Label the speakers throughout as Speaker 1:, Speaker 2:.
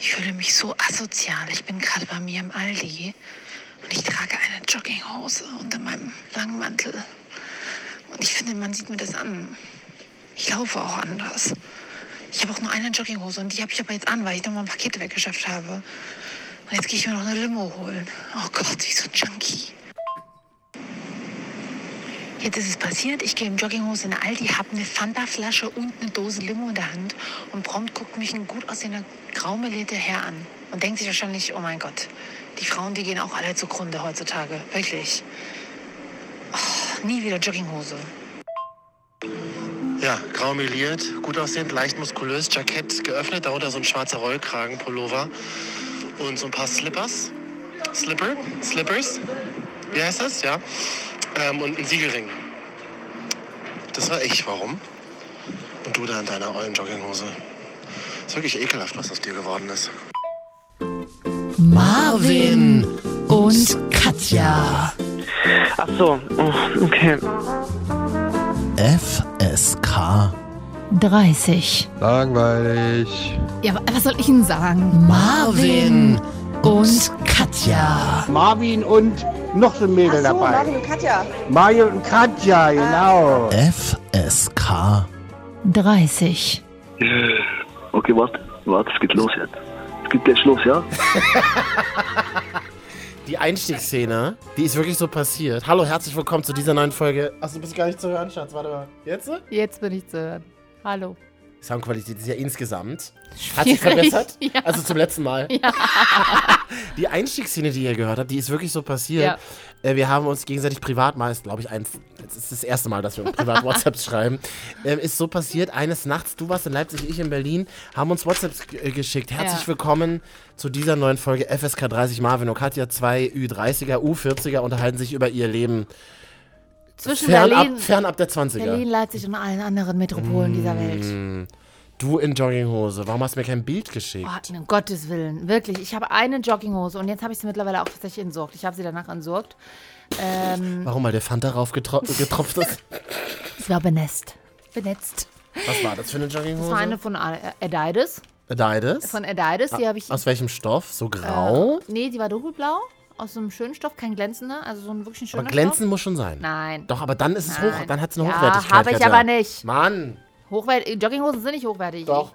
Speaker 1: Ich fühle mich so asozial. Ich bin gerade bei mir im Aldi und ich trage eine Jogginghose unter meinem langen Mantel. Und ich finde, man sieht mir das an. Ich laufe auch anders. Ich habe auch nur eine Jogginghose und die habe ich aber jetzt an, weil ich nochmal ein Paket weggeschafft habe. Und jetzt gehe ich mir noch eine Limo holen. Oh Gott, wie so ein Junkie. Jetzt ist es passiert, ich gehe im Jogginghose in eine Aldi, habe eine Fanta-Flasche und eine Dose Limo in der Hand und prompt guckt mich ein gut aussehender graumelierte Herr an und denkt sich wahrscheinlich, oh mein Gott, die Frauen, die gehen auch alle zugrunde heutzutage, wirklich. Oh, nie wieder Jogginghose.
Speaker 2: Ja, graumeliert, gut aussehend, leicht muskulös, Jackett geöffnet, darunter so ein schwarzer Rollkragenpullover und so ein paar Slippers. Slipper? Slippers? Wie heißt das? Ja. Ähm, und ein Siegelring. Das war ich, warum? Und du da in deiner ollen Jogginghose. Ist wirklich ekelhaft, was aus dir geworden ist.
Speaker 3: Marvin und Katja.
Speaker 4: Ach so, oh, okay.
Speaker 3: FSK
Speaker 5: 30.
Speaker 6: Langweilig.
Speaker 5: Ja, wa- was soll ich Ihnen sagen?
Speaker 3: Marvin und Katja.
Speaker 7: Marvin und noch so ein Mädel
Speaker 8: Ach so,
Speaker 7: dabei.
Speaker 8: Marvin und Katja.
Speaker 7: Mario und Katja, genau.
Speaker 3: FSK
Speaker 5: 30.
Speaker 9: Okay, warte, warte, es geht los jetzt. Es geht gleich los, ja?
Speaker 2: Die Einstiegsszene, die ist wirklich so passiert. Hallo, herzlich willkommen zu dieser neuen Folge. Achso, du bist gar nicht zu hören, Schatz. Warte mal. Jetzt?
Speaker 5: Jetzt bin ich zu hören. Hallo.
Speaker 2: Soundqualität ist ja insgesamt. Hat sich verbessert?
Speaker 5: Ja.
Speaker 2: Also zum letzten Mal. Die Einstiegsszene, die ihr gehört habt, die ist wirklich so passiert.
Speaker 5: Ja.
Speaker 2: Äh, wir haben uns gegenseitig privat mal, ist glaube ich, ein, es ist das erste Mal, dass wir uns privat WhatsApps schreiben. Ähm, ist so passiert, eines Nachts, du warst in Leipzig, ich in Berlin, haben uns WhatsApps g- äh, geschickt. Herzlich
Speaker 5: Ja.
Speaker 2: willkommen zu dieser neuen Folge FSK 30 Marvin und Katja, zwei Ü30er, U40er unterhalten sich über ihr Leben.
Speaker 5: Zwischen
Speaker 2: Fernab,
Speaker 5: Berlin,
Speaker 2: fernab der 20er.
Speaker 5: Berlin, Leipzig und allen anderen Metropolen dieser Welt.
Speaker 2: Du in Jogginghose, warum hast du mir kein Bild geschickt?
Speaker 5: Oh, um Gottes Willen. Wirklich. Ich habe eine Jogginghose und jetzt habe ich sie mittlerweile auch tatsächlich entsorgt. Ich habe sie danach entsorgt. Ähm,
Speaker 2: Warum? Weil der Fanta darauf getro getropft ist?
Speaker 5: es war benetzt. Benetzt.
Speaker 2: Was war das für eine
Speaker 5: Das
Speaker 2: Jogginghose?
Speaker 5: war eine von Adidas.
Speaker 2: Adidas?
Speaker 5: Von Äh, Adidas, die habe ich.
Speaker 2: Aus welchem Stoff? Ah, So grau?
Speaker 5: Nee, die war dunkelblau. Aus so einem schönen Stoff, kein glänzender, also so ein wirklich ein schöner
Speaker 2: aber glänzen
Speaker 5: Stoff.
Speaker 2: muss schon sein.
Speaker 5: Nein.
Speaker 2: Doch, aber dann ist es hoch,
Speaker 5: Nein.
Speaker 2: dann hat es eine
Speaker 5: Ja,
Speaker 2: Hochwertigkeit.
Speaker 5: habe ich
Speaker 2: Katja.
Speaker 5: aber nicht.
Speaker 2: Mann,
Speaker 5: Hochwertig, äh, Jogginghosen sind nicht hochwertig.
Speaker 2: Doch.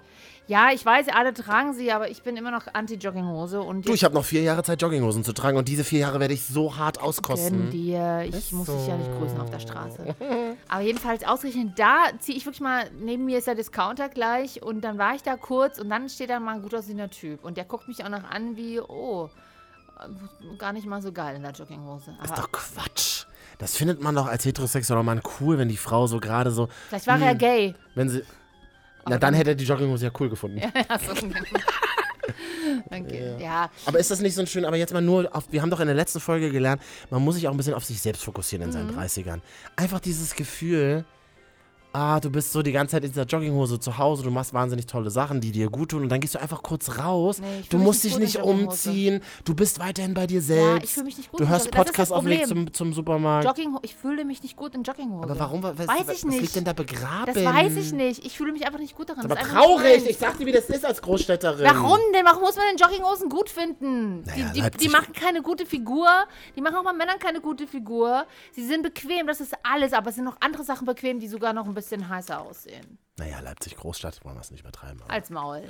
Speaker 5: Ja, ich weiß, alle tragen sie, aber ich bin immer noch Anti-Jogginghose und
Speaker 2: du, ich habe noch vier Jahre Zeit, Jogginghosen zu tragen und diese vier Jahre werde ich so hart
Speaker 5: gönn
Speaker 2: auskosten.
Speaker 5: dir. äh, Ich muss dich ja nicht grüßen auf der Straße. Aber jedenfalls ausgerechnet, da ziehe ich wirklich mal, neben mir ist der Discounter gleich und dann war ich da kurz und dann steht da mal ein gut aussehender Typ und der guckt mich auch noch an wie, oh, äh, gar nicht mal so geil in der Jogginghose.
Speaker 2: Das ist
Speaker 5: Aber
Speaker 2: doch Quatsch. Das findet man doch als heterosexueller Mann cool, wenn die Frau so gerade so, Hm.
Speaker 5: vielleicht war er gay.
Speaker 2: wenn sie... Na, dann hätte er die Jogginghose ja cool gefunden.
Speaker 5: Achso, okay. Ja.
Speaker 2: Aber ist das nicht so ein schön, aber jetzt mal nur auf, wir haben doch in der letzten Folge gelernt, man muss sich auch ein bisschen auf sich selbst fokussieren in seinen
Speaker 5: Mhm.
Speaker 2: 30ern. Einfach dieses Gefühl, ah, du bist so die ganze Zeit in dieser Jogginghose zu Hause, du machst wahnsinnig tolle Sachen, die dir gut tun und dann gehst du einfach kurz raus,
Speaker 5: Nee, ich fühl
Speaker 2: du
Speaker 5: mich
Speaker 2: musst dich
Speaker 5: nicht gut in
Speaker 2: nicht
Speaker 5: Jogginghose.
Speaker 2: umziehen, du bist weiterhin bei dir selbst.
Speaker 5: fühl mich nicht gut
Speaker 2: Du
Speaker 5: in
Speaker 2: hörst
Speaker 5: Jogginghose. Das ist das
Speaker 2: Podcast auf dem Weg
Speaker 5: Problem.
Speaker 2: zum, zum Supermarkt.
Speaker 5: Jogging, ich fühle mich nicht gut in Jogginghose.
Speaker 2: aber warum? Was,
Speaker 5: Weiß
Speaker 2: was,
Speaker 5: ich
Speaker 2: was
Speaker 5: nicht.
Speaker 2: liegt denn da begraben?
Speaker 5: Das weiß ich nicht. Ich fühle mich einfach nicht gut daran.
Speaker 2: Aber
Speaker 5: Das ist einfach nicht
Speaker 2: traurig,
Speaker 5: meins.
Speaker 2: ich sag dir, wie das ist als Großstädterin.
Speaker 5: Warum denn? Warum muss man denn Jogginghosen gut finden?
Speaker 2: Naja,
Speaker 5: die, die, die
Speaker 2: Leipzig-
Speaker 5: machen keine gute Figur. Die machen auch mal Männern keine gute Figur. Sie sind bequem, das ist alles. Aber es sind noch andere Sachen bequem, die sogar noch ein bisschen heißer aussehen.
Speaker 2: Naja, Leipzig, Großstadt, wollen wir es nicht übertreiben. aber-
Speaker 5: Als Maul.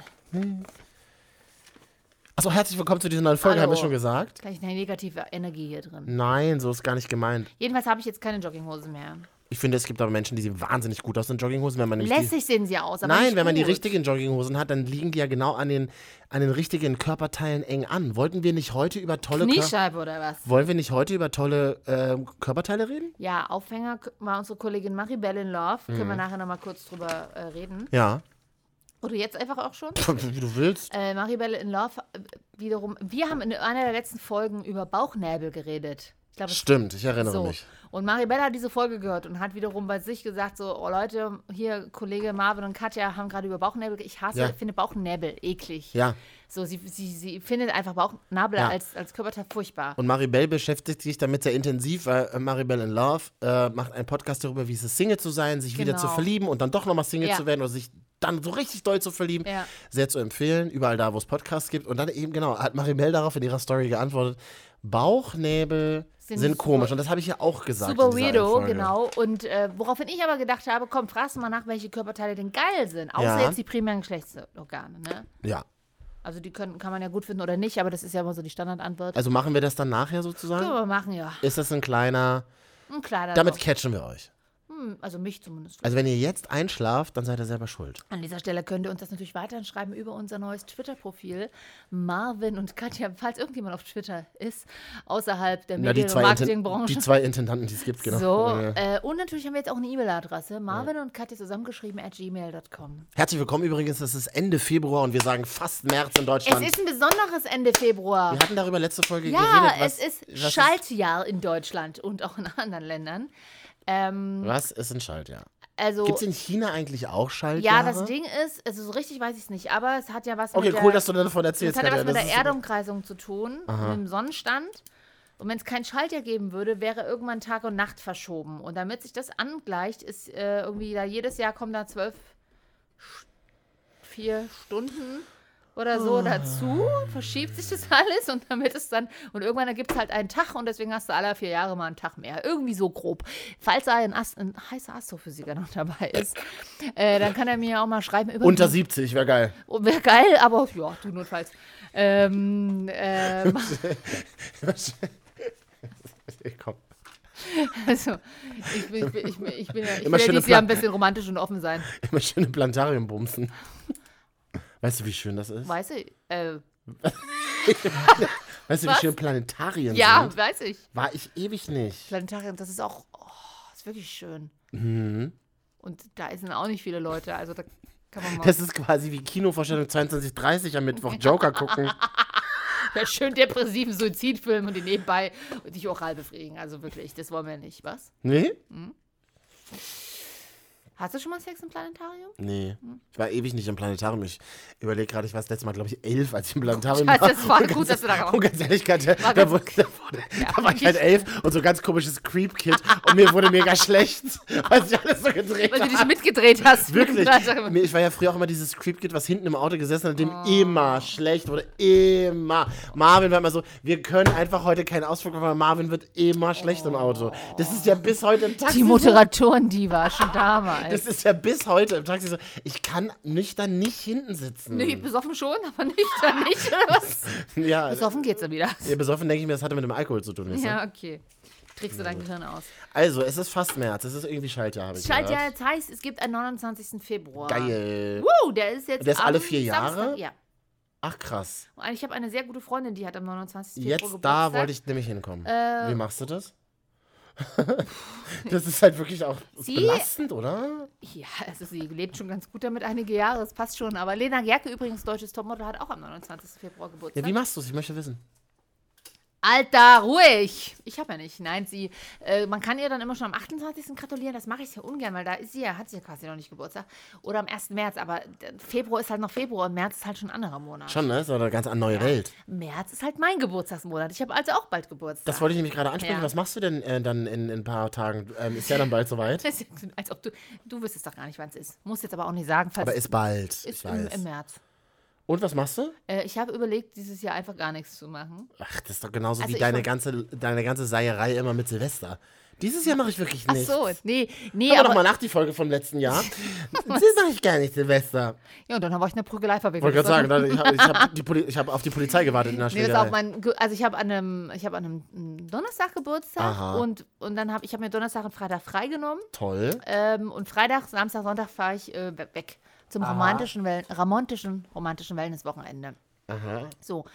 Speaker 2: Achso, herzlich willkommen zu dieser neuen Folge,
Speaker 5: Hallo.
Speaker 2: haben wir schon gesagt.
Speaker 5: Gleich eine negative Energie hier drin.
Speaker 2: Nein, so ist gar nicht gemeint.
Speaker 5: Jedenfalls habe ich jetzt keine Jogginghose mehr.
Speaker 2: Ich finde, es gibt aber Menschen, die sehen wahnsinnig gut aus in Jogginghosen, wenn man nämlich die,
Speaker 5: Lässig sehen sie aus, aber
Speaker 2: Nein,
Speaker 5: nicht
Speaker 2: wenn man die
Speaker 5: gut.
Speaker 2: richtigen Jogginghosen hat, dann liegen die ja genau an den, an den richtigen Körperteilen eng an. Wollten wir nicht heute über tolle Kör
Speaker 5: Kniescheibe oder was?
Speaker 2: Wollen wir nicht heute über tolle ähm, Körperteile reden?
Speaker 5: Ja, Aufhänger k- war unsere Kollegin Maribel in Love. Können
Speaker 2: Mhm.
Speaker 5: wir nachher nochmal kurz drüber äh, reden.
Speaker 2: Ja.
Speaker 5: Oder jetzt einfach auch schon?
Speaker 2: Wie du willst.
Speaker 5: Äh, Maribel in Love äh, wiederum. Wir haben in einer der letzten Folgen über Bauchnäbel geredet. Ich glaube, es
Speaker 2: Stimmt, ich erinnere
Speaker 5: so.
Speaker 2: mich.
Speaker 5: Und Maribel hat diese Folge gehört und hat wiederum bei sich gesagt: So, oh Leute, hier Kollege Marvin und Katja haben gerade über Bauchnäbel. ge- Ich hasse,
Speaker 2: Ja.
Speaker 5: ich finde Bauchnäbel eklig.
Speaker 2: Ja.
Speaker 5: So, sie, sie, sie findet einfach Bauchnabel
Speaker 2: Ja.
Speaker 5: als, als Körperteil furchtbar.
Speaker 2: Und Maribel beschäftigt sich damit sehr intensiv, weil äh, Maribel in Love äh, macht einen Podcast darüber, wie es ist, Single zu sein, sich wieder zu
Speaker 5: Genau.
Speaker 2: verlieben und dann doch nochmal Single
Speaker 5: Ja.
Speaker 2: zu werden oder sich
Speaker 8: dann so richtig doll zu verlieben.
Speaker 5: Ja.
Speaker 8: Sehr zu empfehlen, überall da, wo es Podcasts gibt. Und dann eben, genau, hat Marimel darauf in ihrer Story geantwortet, Bauchnäbel
Speaker 5: Sind
Speaker 8: sind,
Speaker 5: super-
Speaker 8: komisch. Und das habe ich ja auch gesagt.
Speaker 5: Super
Speaker 8: in dieser
Speaker 5: weirdo,
Speaker 8: Folge.
Speaker 5: genau. Und äh, woraufhin ich aber gedacht habe, komm, fragst du mal nach, welche Körperteile denn geil sind. Außer
Speaker 8: Ja.
Speaker 5: jetzt die primären Geschlechtsorgane, ne?
Speaker 8: Ja,
Speaker 5: Also die können, kann man ja gut finden oder nicht, aber das ist ja immer so die Standardantwort.
Speaker 8: also machen wir das dann nachher sozusagen?
Speaker 5: Können wir machen, ja.
Speaker 8: Ist das ein kleiner,
Speaker 5: Ein kleiner.
Speaker 8: damit
Speaker 5: Loch.
Speaker 8: catchen wir euch.
Speaker 5: Hm, also mich zumindest.
Speaker 8: Also wenn ihr jetzt einschlaft, dann seid ihr selber schuld.
Speaker 5: An dieser Stelle könnt ihr uns das natürlich weiterhin schreiben über unser neues Twitter-Profil. Marvin und Katja, falls irgendjemand auf Twitter ist, außerhalb der
Speaker 8: Na,
Speaker 5: Medien-
Speaker 8: die,
Speaker 5: und
Speaker 8: zwei Inten-
Speaker 5: Marketingbranche.
Speaker 8: die zwei Intendanten, die es gibt, genau.
Speaker 5: So,
Speaker 8: Ja.
Speaker 5: äh, und natürlich haben wir jetzt auch eine E-Mail-Adresse, Marvin und Katja zusammengeschrieben at gmail.com.
Speaker 8: Herzlich willkommen übrigens, es ist Ende Februar und wir sagen fast März in
Speaker 5: Es
Speaker 8: Deutschland.
Speaker 5: ist ein besonderes Ende Februar.
Speaker 8: wir hatten darüber letzte Folge
Speaker 5: Ja,
Speaker 8: geredet. Was,
Speaker 5: es ist
Speaker 8: was
Speaker 5: Schaltjahr in Deutschland und auch in anderen Ländern. Ähm,
Speaker 8: Was ist ein Schaltjahr?
Speaker 5: also,
Speaker 8: Gibt es in China eigentlich auch
Speaker 5: ja,
Speaker 8: Schaltjahre?
Speaker 5: das Ding ist, also so richtig weiß ich es nicht, aber es hat ja was
Speaker 8: Okay,
Speaker 5: mit der,
Speaker 8: cool, dass du davon erzählst.
Speaker 5: das hat ja was
Speaker 8: Katja,
Speaker 5: mit
Speaker 8: das
Speaker 5: der
Speaker 8: ist-
Speaker 5: Erdumkreisung zu tun, mit dem Sonnenstand. Und wenn es keinen Schaltjahr geben würde, wäre irgendwann Tag und Nacht verschoben. Und damit sich das angleicht, ist äh, irgendwie da jedes Jahr kommen da zwölf, Sch- vier Stunden oder so
Speaker 8: Ah.
Speaker 5: dazu, verschiebt sich das alles und damit ist dann, und irgendwann ergibt es halt einen Tag und deswegen hast du alle vier Jahre mal einen Tag mehr. Irgendwie so grob. Falls da ein, Ast ein heißer Astrophysiker noch dabei ist, äh, dann kann er mir auch mal schreiben. Übrigens-
Speaker 8: Unter 70, wäre geil.
Speaker 5: Oh, Wäre geil, aber ja, du notfalls. Ähm, ähm,
Speaker 8: Komm.
Speaker 5: also, ich, bin- ich, bin- ich, bin- ich bin ja, ich
Speaker 8: Immer
Speaker 5: will
Speaker 8: schöne
Speaker 5: ja dieses Jahr
Speaker 8: Plan-
Speaker 5: ein bisschen romantisch und offen sein.
Speaker 8: Immer schöne Plantarium bumsen. Weißt du, wie schön das ist?
Speaker 5: Weißt du? Äh,
Speaker 8: Weißt du, wie
Speaker 5: was?
Speaker 8: schön Planetarien
Speaker 5: ja,
Speaker 8: sind?
Speaker 5: weiß ich.
Speaker 8: War ich ewig nicht.
Speaker 5: Planetarium, das ist auch, oh, ist wirklich schön.
Speaker 8: Mhm.
Speaker 5: Und da sind auch nicht viele Leute, also da kann man mal.
Speaker 8: Das ist quasi wie Kinovorstellung 22.30 am Mittwoch Joker gucken.
Speaker 5: Ja, schön depressiven Suizidfilm und die nebenbei dich oral befriedigen. Also wirklich, das wollen wir nicht, was?
Speaker 8: Nee?
Speaker 5: Hast du schon mal Sex im Planetarium?
Speaker 8: Nee.
Speaker 5: Hm?
Speaker 8: Ich war ewig nicht im Planetarium. Ich überlege gerade, ich war das letzte Mal, glaube ich, elf, als ich im Planetarium
Speaker 5: Scheiße,
Speaker 8: war.
Speaker 5: das war
Speaker 8: Und
Speaker 5: gut, dass du da
Speaker 8: Und ganz ehrlich, Katja, da,
Speaker 5: ganz
Speaker 8: wurde, da, wurde, da war ich halt elf und so ein ganz komisches Creep-Kid und mir wurde mega schlecht, weil ich alles so gedreht
Speaker 5: Weil du
Speaker 8: habe.
Speaker 5: dich mitgedreht hast. Also,
Speaker 8: Wirklich.
Speaker 5: Planetarium.
Speaker 8: Mir- Ich war ja früher auch immer dieses Creep-Kid, was hinten im Auto gesessen hat, dem
Speaker 5: Oh.
Speaker 8: immer schlecht wurde. Immer. Marvin war immer so, wir können einfach heute keinen Ausflug machen, weil Marvin wird immer schlecht im Auto. Das ist ja bis heute im Taxi.
Speaker 5: Die
Speaker 8: so.
Speaker 5: Moderatoren, die war schon damals.
Speaker 8: Das ist ja bis heute im Taxi so. Ich kann nüchtern nicht hinten sitzen.
Speaker 5: Nee, besoffen schon, aber nicht, dann nicht, oder was?
Speaker 8: Ja,
Speaker 5: Besoffen geht's dann wieder.
Speaker 8: ja, besoffen denke ich mir, das hatte mit dem Alkohol zu tun. wisst ihr?
Speaker 5: Ja, okay. Trickst du dein Gehirn aus.
Speaker 8: Also, es ist fast März. Es ist irgendwie Schaltjahr, habe ich
Speaker 5: Schalt ja,
Speaker 8: gehört.
Speaker 5: jetzt Oh. heißt, es gibt einen 29. Februar.
Speaker 8: Geil.
Speaker 5: Woo, der ist jetzt.
Speaker 8: Der ist
Speaker 5: am
Speaker 8: alle vier Jahre?
Speaker 5: Samstag, ja.
Speaker 8: Ach, krass.
Speaker 5: Und ich habe eine sehr gute Freundin, die hat am 29. Februar
Speaker 8: Jetzt
Speaker 5: Geburtstag.
Speaker 8: da wollte ich nämlich hinkommen.
Speaker 5: Äh,
Speaker 8: Wie machst du das? das ist halt wirklich auch
Speaker 5: Sie-
Speaker 8: belastend, oder?
Speaker 5: Ja, also sie lebt schon ganz gut damit einige Jahre, das passt schon. Aber Lena Gerke übrigens, deutsches Topmodel, hat auch am 29. Februar Geburtstag.
Speaker 8: Ja, wie machst du es? Ich möchte wissen.
Speaker 5: Alter, ruhig! Ich habe ja nicht. Nein, sie. Äh, man kann ihr dann immer schon am 28. gratulieren. Das mache ich ja ungern, weil da ist sie ja, hat sie ja quasi noch nicht Geburtstag. Oder am 1. März. Aber d- Februar ist halt noch Februar und März ist halt schon ein anderer Monat.
Speaker 8: Schon, ne? So eine ganz neue Welt.
Speaker 5: März ist halt mein Geburtstagsmonat. Ich habe also auch bald Geburtstag.
Speaker 8: Das wollte ich nämlich gerade ansprechen.
Speaker 5: Ja.
Speaker 8: Was machst du denn äh, dann in, in ein paar Tagen? Ähm, ist ja dann bald soweit.
Speaker 5: Das ist ja, Als ob du. Du wüsstest doch gar nicht, wann es ist. Muss jetzt aber auch nicht sagen, falls
Speaker 8: Aber ist bald. ich
Speaker 5: ist im,
Speaker 8: weiß.
Speaker 5: im März.
Speaker 8: Und was machst du?
Speaker 5: Äh, ich habe überlegt, dieses Jahr einfach gar nichts zu machen.
Speaker 8: Ach, das ist doch genauso
Speaker 5: Also
Speaker 8: wie
Speaker 5: ich
Speaker 8: deine
Speaker 5: wollt-
Speaker 8: ganze, deine ganze Seierei immer mit Silvester. Dieses Jahr mache ich wirklich
Speaker 5: Ach
Speaker 8: nichts.
Speaker 5: so, nee, nee,
Speaker 8: Hör aber
Speaker 5: aber.
Speaker 8: doch mal nach, die Folge vom letzten Jahr. das mache ich gar nicht, Silvester.
Speaker 5: ja, und dann habe ich eine Prügelei
Speaker 8: Ich
Speaker 5: verwickelt.
Speaker 8: wollte gerade
Speaker 5: Das war-
Speaker 8: sagen, dann- ich habe ich hab die Poli- ich hab auf die Polizei gewartet in der
Speaker 5: Nee,
Speaker 8: Schwede.
Speaker 5: das auch mein, Ge- also ich habe an einem, ich habe an einem mm, Donnerstag Geburtstag
Speaker 8: Aha.
Speaker 5: und und dann habe ich habe mir Donnerstag und Freitag freigenommen
Speaker 8: Toll.
Speaker 5: ähm, und Freitag, Samstag, Sonntag fahre ich äh, we- weg zum romantischen, Wel romantischen, romantischen Wellnesswochenende.
Speaker 8: Aha.
Speaker 5: So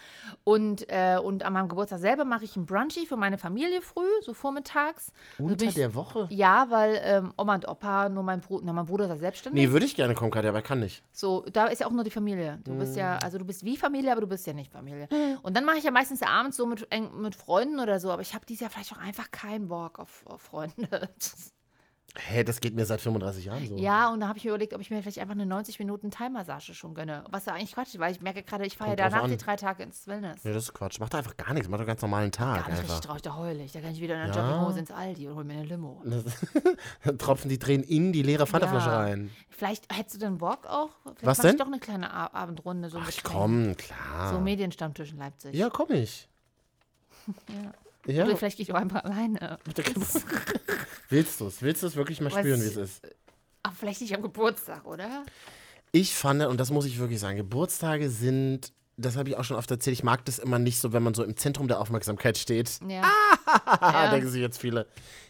Speaker 5: und äh, und an meinem Geburtstag selber mache ich ein Brunchy für meine Familie früh, so vormittags. Also bin
Speaker 8: Unter
Speaker 5: ich,
Speaker 8: der Woche?
Speaker 5: ja, weil ähm, Oma und Opa, nur mein Bruder, na, mein Bruder ist ja selbstständig.
Speaker 8: Nee, würde ich gerne kommen, Katja, aber kann nicht.
Speaker 5: So, da ist ja auch nur die Familie. Du bist
Speaker 8: Mhm.
Speaker 5: ja, also du bist wie Familie, aber du bist ja nicht Familie. Und dann mache ich ja meistens abends so mit, eng- mit Freunden oder so, aber ich habe dieses Jahr vielleicht auch einfach keinen Bock auf, auf Freunde.
Speaker 8: Hey, das geht mir seit 35 Jahren so.
Speaker 5: Ja, und da habe ich mir überlegt, ob ich mir vielleicht einfach eine 90-Minuten-Thai-Massage schon gönne. Was ja eigentlich Quatsch, ist, weil ich merke gerade, ich fahre ja
Speaker 8: Kommt drauf
Speaker 5: danach
Speaker 8: an.
Speaker 5: die drei Tage ins Wellness.
Speaker 8: Ja, das ist Quatsch. Mach da einfach gar nichts. Mach doch einen ganz normalen Tag
Speaker 5: Gar nicht richtig
Speaker 8: einfach.
Speaker 5: traurig, da heul ich. Da kann ich wieder in einer
Speaker 8: Ja.
Speaker 5: Jogginghose ins Aldi und hol mir eine Limo.
Speaker 8: Das, dann tropfen die Tränen in die leere Fantaflasche
Speaker 5: Ja.
Speaker 8: rein.
Speaker 5: Vielleicht hättest du den Bock auch? Vielleicht
Speaker 8: Was
Speaker 5: mach
Speaker 8: denn?
Speaker 5: Ich doch eine kleine Ab Abendrunde. So
Speaker 8: Ach,
Speaker 5: mit
Speaker 8: ich komm,
Speaker 5: Freunden.
Speaker 8: klar.
Speaker 5: So Medienstammtisch in Leipzig.
Speaker 8: ja, komm ich. Ja.
Speaker 5: Oder vielleicht gehe ich auch einfach alleine.
Speaker 8: Willst du es? Willst du es wirklich mal
Speaker 5: Was-
Speaker 8: spüren, wie es ist?
Speaker 5: Aber vielleicht nicht am Geburtstag, oder?
Speaker 8: Ich fand, und das muss ich wirklich sagen, Geburtstage sind, das habe ich auch schon oft erzählt, ich mag das immer nicht so, wenn man so im Zentrum der Aufmerksamkeit steht.
Speaker 5: Ja.
Speaker 8: Haha,
Speaker 5: Ja.
Speaker 8: denken sich jetzt viele.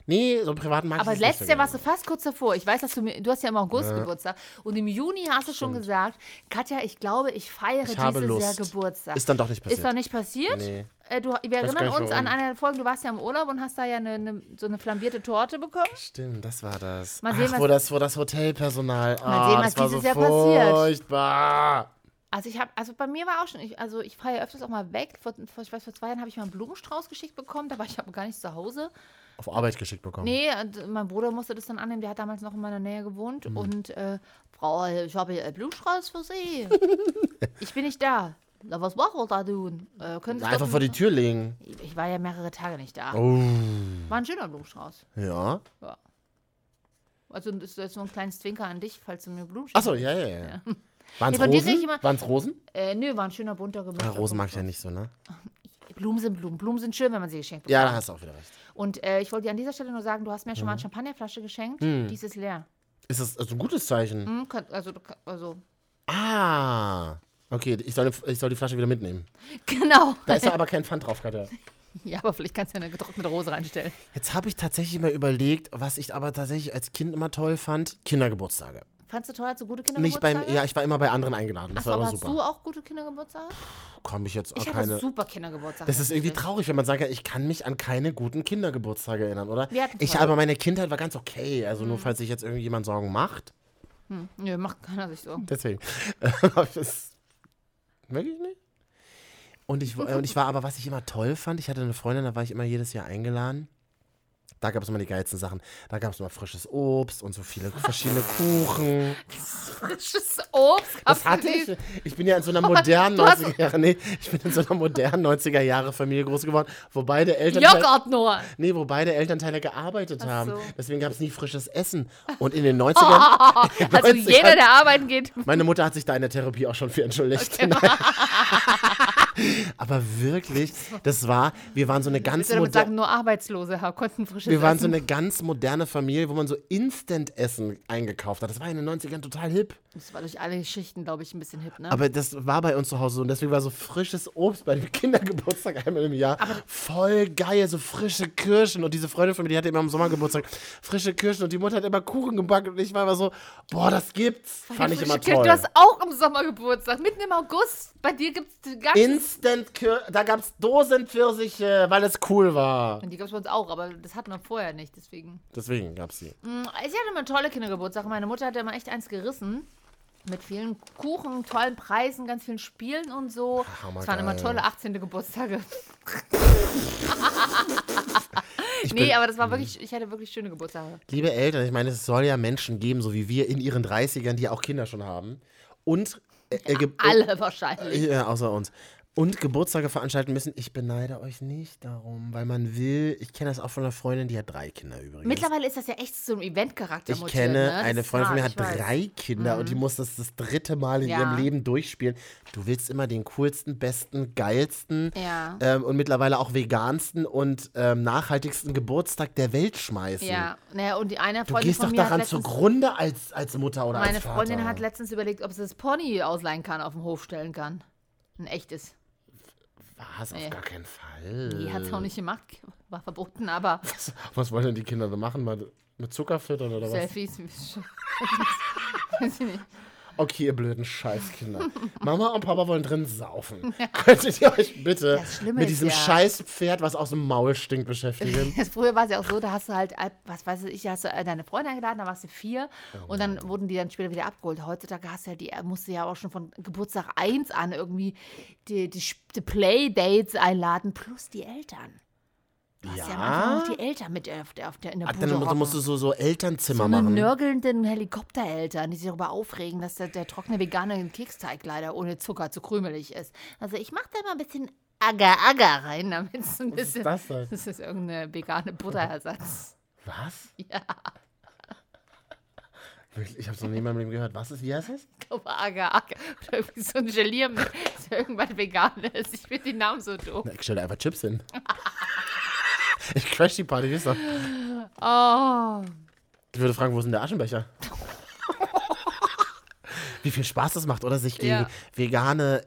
Speaker 8: Nee, so im privaten mag
Speaker 5: Aber
Speaker 8: ich das nicht so
Speaker 5: letztes Jahr
Speaker 8: gerne.
Speaker 5: warst du fast kurz davor. Ich weiß, dass du mir, du hast ja im August Geburtstag und im Juni hast du schon gesagt, Katja, ich glaube, ich feiere
Speaker 8: Ich habe
Speaker 5: dieses Jahr
Speaker 8: Lust.
Speaker 5: Geburtstag.
Speaker 8: Ist dann doch nicht passiert.
Speaker 5: Ist doch nicht passiert?
Speaker 8: Nee.
Speaker 5: Äh, du, wir
Speaker 8: gar
Speaker 5: erinnern
Speaker 8: nicht,
Speaker 5: uns an
Speaker 8: warum.
Speaker 5: eine der Folgen, du warst ja im Urlaub und hast da ja eine, eine, so eine flambierte Torte bekommen.
Speaker 8: Stimmt, das war das.
Speaker 5: Mal
Speaker 8: Ach,
Speaker 5: sehen, was-
Speaker 8: wo das, wo das Hotelpersonal.
Speaker 5: Mal
Speaker 8: Ah,
Speaker 5: sehen, was
Speaker 8: das war
Speaker 5: dieses
Speaker 8: so
Speaker 5: Jahr passiert.
Speaker 8: Furchtbar.
Speaker 5: Also ich habe, also bei mir war auch schon, ich, also ich fahre ja öfters auch mal weg. Vor, vor, ich weiß, vor zwei Jahren habe ich mal einen Blumenstrauß geschickt bekommen, da war ich aber gar nicht zu Hause.
Speaker 8: Auf Arbeit geschickt bekommen.
Speaker 5: Nee, und mein Bruder musste das dann annehmen, der hat damals noch in meiner Nähe
Speaker 8: Mhm.
Speaker 5: gewohnt. Und äh, Frau, ich habe hier einen Blumenstrauß für Sie. ich bin nicht da. Na, was machen wir da tun? Äh, können Sie
Speaker 8: Einfach
Speaker 5: doch-
Speaker 8: vor die Tür legen.
Speaker 5: Ich war ja mehrere Tage nicht da.
Speaker 8: Oh.
Speaker 5: War ein schöner Blumenstrauß.
Speaker 8: Ja.
Speaker 5: Also das ist so ein kleines Zwinker an dich, falls du mir Blumen
Speaker 8: Achso, ja, ja, ja. Waren es
Speaker 5: Ja, von dir sehe ich
Speaker 8: Rosen?
Speaker 5: immer-
Speaker 8: Waren es Rosen?
Speaker 5: Äh, nö, war ein schöner bunter Gemisch.
Speaker 8: Ah, Rosen mag ich ja nicht so, ne?
Speaker 5: Blumen sind Blumen. Blumen sind schön, wenn man sie geschenkt bekommt.
Speaker 8: Ja, da hast du auch wieder recht.
Speaker 5: Und äh, ich wollte dir an dieser Stelle nur sagen, du hast mir schon
Speaker 8: Mhm.
Speaker 5: mal eine Champagnerflasche geschenkt.
Speaker 8: Hm.
Speaker 5: Die ist jetzt leer.
Speaker 8: Ist das also ein gutes Zeichen?
Speaker 5: Hm, kann, also, du kann- also,
Speaker 8: Ah. Okay, ich soll, ich soll die Flasche wieder mitnehmen.
Speaker 5: genau.
Speaker 8: Da ist ja aber kein Pfand drauf, Katja.
Speaker 5: Ja, aber vielleicht kannst du ja eine getrocknete Rose reinstellen.
Speaker 8: Jetzt habe ich tatsächlich mal überlegt, was ich aber tatsächlich als Kind immer toll fand. Kindergeburtstage.
Speaker 5: Fandst du toll, hast du gute
Speaker 8: Nicht beim,
Speaker 5: Kindergeburtstage?
Speaker 8: ja, ich war immer bei anderen eingeladen. Das
Speaker 5: Achso,
Speaker 8: war
Speaker 5: aber
Speaker 8: immer
Speaker 5: hast du
Speaker 8: super.
Speaker 5: auch gute Kindergeburtstage?
Speaker 8: Komme ich jetzt auch
Speaker 5: Ich
Speaker 8: keine.
Speaker 5: hatte super Kindergeburtstage.
Speaker 8: Das ist irgendwie
Speaker 5: tatsächlich.
Speaker 8: traurig, wenn man sagen kann, ich kann mich an keine guten Kindergeburtstage erinnern, oder?
Speaker 5: Wir hatten Mhm.
Speaker 8: Ich,
Speaker 5: tolle.
Speaker 8: aber meine Kindheit war ganz okay. Also nur falls sich jetzt irgendjemand Sorgen macht.
Speaker 5: Nö, macht keiner sich Sorgen.
Speaker 8: Deswegen. das wirklich nicht. Und ich, äh, und ich war aber, was ich immer toll fand, ich hatte eine Freundin, da war ich immer jedes Jahr eingeladen. Da gab es immer die geilsten Sachen. Da gab es immer frisches Obst und so viele verschiedene Kuchen.
Speaker 5: Frisches Obst.
Speaker 8: Das
Speaker 5: hast
Speaker 8: hatte
Speaker 5: du
Speaker 8: ich.
Speaker 5: die-
Speaker 8: Ich bin ja in so einer modernen
Speaker 5: Du hast-
Speaker 8: 90er Jahre, nee, ich bin in so einer modernen 90er Jahre Familie groß geworden, wo beide Eltern
Speaker 5: Joghurt nur.
Speaker 8: Nee, wo beide Elternteile gearbeitet
Speaker 5: Ach
Speaker 8: haben.
Speaker 5: so.
Speaker 8: Deswegen gab es nie frisches Essen. Und in den 90ern,
Speaker 5: Also
Speaker 8: 90
Speaker 5: jeder,
Speaker 8: hat-
Speaker 5: der arbeiten geht.
Speaker 8: meine Mutter hat sich da in der Therapie auch schon für entschuldigt. Nein. Aber wirklich, das war, wir waren so eine ganz
Speaker 5: Willst du damit sagen,
Speaker 8: moderne,
Speaker 5: nur Arbeitslose haben- konnten frisches
Speaker 8: wir waren so
Speaker 5: Essen.
Speaker 8: eine ganz moderne Familie, wo man so Instant-Essen eingekauft hat. Das war in den 90ern total hip.
Speaker 5: Das war durch alle Schichten, glaube ich, ein bisschen hip, ne?
Speaker 8: Aber das war bei uns zu Hause so. Und deswegen war so frisches Obst bei dem Kindergeburtstag einmal im Jahr voll geil. So frische Kirschen. Und diese Freundin von mir, die hatte immer am Sommergeburtstag frische Kirschen. Und die Mutter hat immer Kuchen gebacken. Und ich war immer so, boah, das gibt's. Fand ich
Speaker 5: Frische
Speaker 8: immer
Speaker 5: Kirche,
Speaker 8: toll.
Speaker 5: Du hast auch im Sommer Geburtstag, mitten im August. Bei dir gibt es gar nichts.
Speaker 8: Instant Kirschen. Da gab's Dosenpfirsiche, äh, weil es cool war.
Speaker 5: Die gab es bei uns auch, aber das hatten wir vorher nicht, deswegen.
Speaker 8: Deswegen gab's sie.
Speaker 5: Mm, Ich hatte immer tolle Kindergeburtstage. Meine Mutter hat ja mal echt eins gerissen. Mit vielen Kuchen, tollen Preisen, ganz vielen Spielen und so.
Speaker 8: hammergeil.
Speaker 5: Es waren immer tolle 18. Geburtstage. nee,
Speaker 8: bin-
Speaker 5: aber das war wirklich, ich hatte wirklich schöne Geburtstage.
Speaker 8: Liebe Eltern, ich meine, es soll ja Menschen geben, so wie wir in ihren 30ern, die auch Kinder schon haben. Und äh, äh, ge- äh,
Speaker 5: Alle wahrscheinlich.
Speaker 8: Ja, außer uns. Und Geburtstage veranstalten müssen. Ich beneide euch nicht darum, weil man will. Ich kenne das auch von einer Freundin, die hat drei Kinder übrigens.
Speaker 5: Mittlerweile ist das ja echt so ein Eventcharakter.
Speaker 8: ich
Speaker 5: mutiert,
Speaker 8: kenne
Speaker 5: ne? Das
Speaker 8: eine
Speaker 5: ist
Speaker 8: Freundin von mir,
Speaker 5: hart,
Speaker 8: hat
Speaker 5: ich weiß. Mhm.
Speaker 8: drei Kinder und die muss das das dritte Mal in
Speaker 5: Ja.
Speaker 8: ihrem Leben durchspielen. Du willst immer den coolsten, besten, geilsten
Speaker 5: Ja.
Speaker 8: ähm, und mittlerweile auch vegansten und ähm, nachhaltigsten Geburtstag der Welt schmeißen.
Speaker 5: Ja, naja, und die eine
Speaker 8: Du
Speaker 5: Freundin
Speaker 8: gehst
Speaker 5: von
Speaker 8: doch
Speaker 5: mir hat
Speaker 8: daran
Speaker 5: letztens-
Speaker 8: zugrunde als, als Mutter oder
Speaker 5: Meine
Speaker 8: als Vater.
Speaker 5: Freundin hat letztens überlegt, ob sie das Pony ausleihen kann, auf dem Hof stellen kann. Ein echtes.
Speaker 8: Was? Auf gar keinen Fall.
Speaker 5: Die hat es auch nicht gemacht, war verboten, aber
Speaker 8: Was wollen denn die Kinder da machen? Mal mit Zucker füttern oder was?
Speaker 5: Selfies. Weiß ich nicht.
Speaker 8: Okay, ihr blöden Scheißkinder. Mama und Papa wollen drin saufen. Könntet ihr euch bitte
Speaker 5: Das Schlimme
Speaker 8: mit
Speaker 5: ist
Speaker 8: diesem
Speaker 5: ja-
Speaker 8: Scheißpferd, was aus dem Maul stinkt, beschäftigen?
Speaker 5: Früher war es ja auch so, da hast du halt, äh, was weiß ich, da hast du äh, deine Freunde eingeladen, da warst du vier und dann wurden die dann später wieder abgeholt. Heutzutage hast du ja die, äh, musst du ja auch schon von Geburtstag 1 an irgendwie die, die, Sp- die Playdates einladen, plus die Eltern. warst ja,
Speaker 8: Ja?
Speaker 5: am Anfang noch die Eltern mit äh, auf der, auf der, in der
Speaker 8: Ah,
Speaker 5: Bude
Speaker 8: dann mu-
Speaker 5: hocken.
Speaker 8: musst du so, so Elternzimmer
Speaker 5: so eine
Speaker 8: machen.
Speaker 5: nörgelnden Helikoptereltern, die sich darüber aufregen, dass der, der trockene vegane Keksteig leider ohne Zucker zu krümelig ist. Also ich mache da mal ein bisschen Agar-Agar rein, damit es ein bisschen...
Speaker 8: das denn?
Speaker 5: Das ist irgendeine vegane Butterersatz.
Speaker 8: Was?
Speaker 5: Ja,
Speaker 8: Wirklich? Ich habe es noch nie in meinem Leben gehört. Was ist, wie heißt das?
Speaker 5: ich glaube Agar-Agar. Oder irgendwie so ein Gelier mit so irgendwas Veganes. Ich finde den Namen so doof.
Speaker 8: Na, ich stelle einfach Chips hin. ich crash die Party, wisst ihr.
Speaker 5: Oh,
Speaker 8: Ich würde fragen, wo ist denn der Aschenbecher? Wie viel Spaß das macht, oder? Sich gegen
Speaker 5: Ja.
Speaker 8: vegane.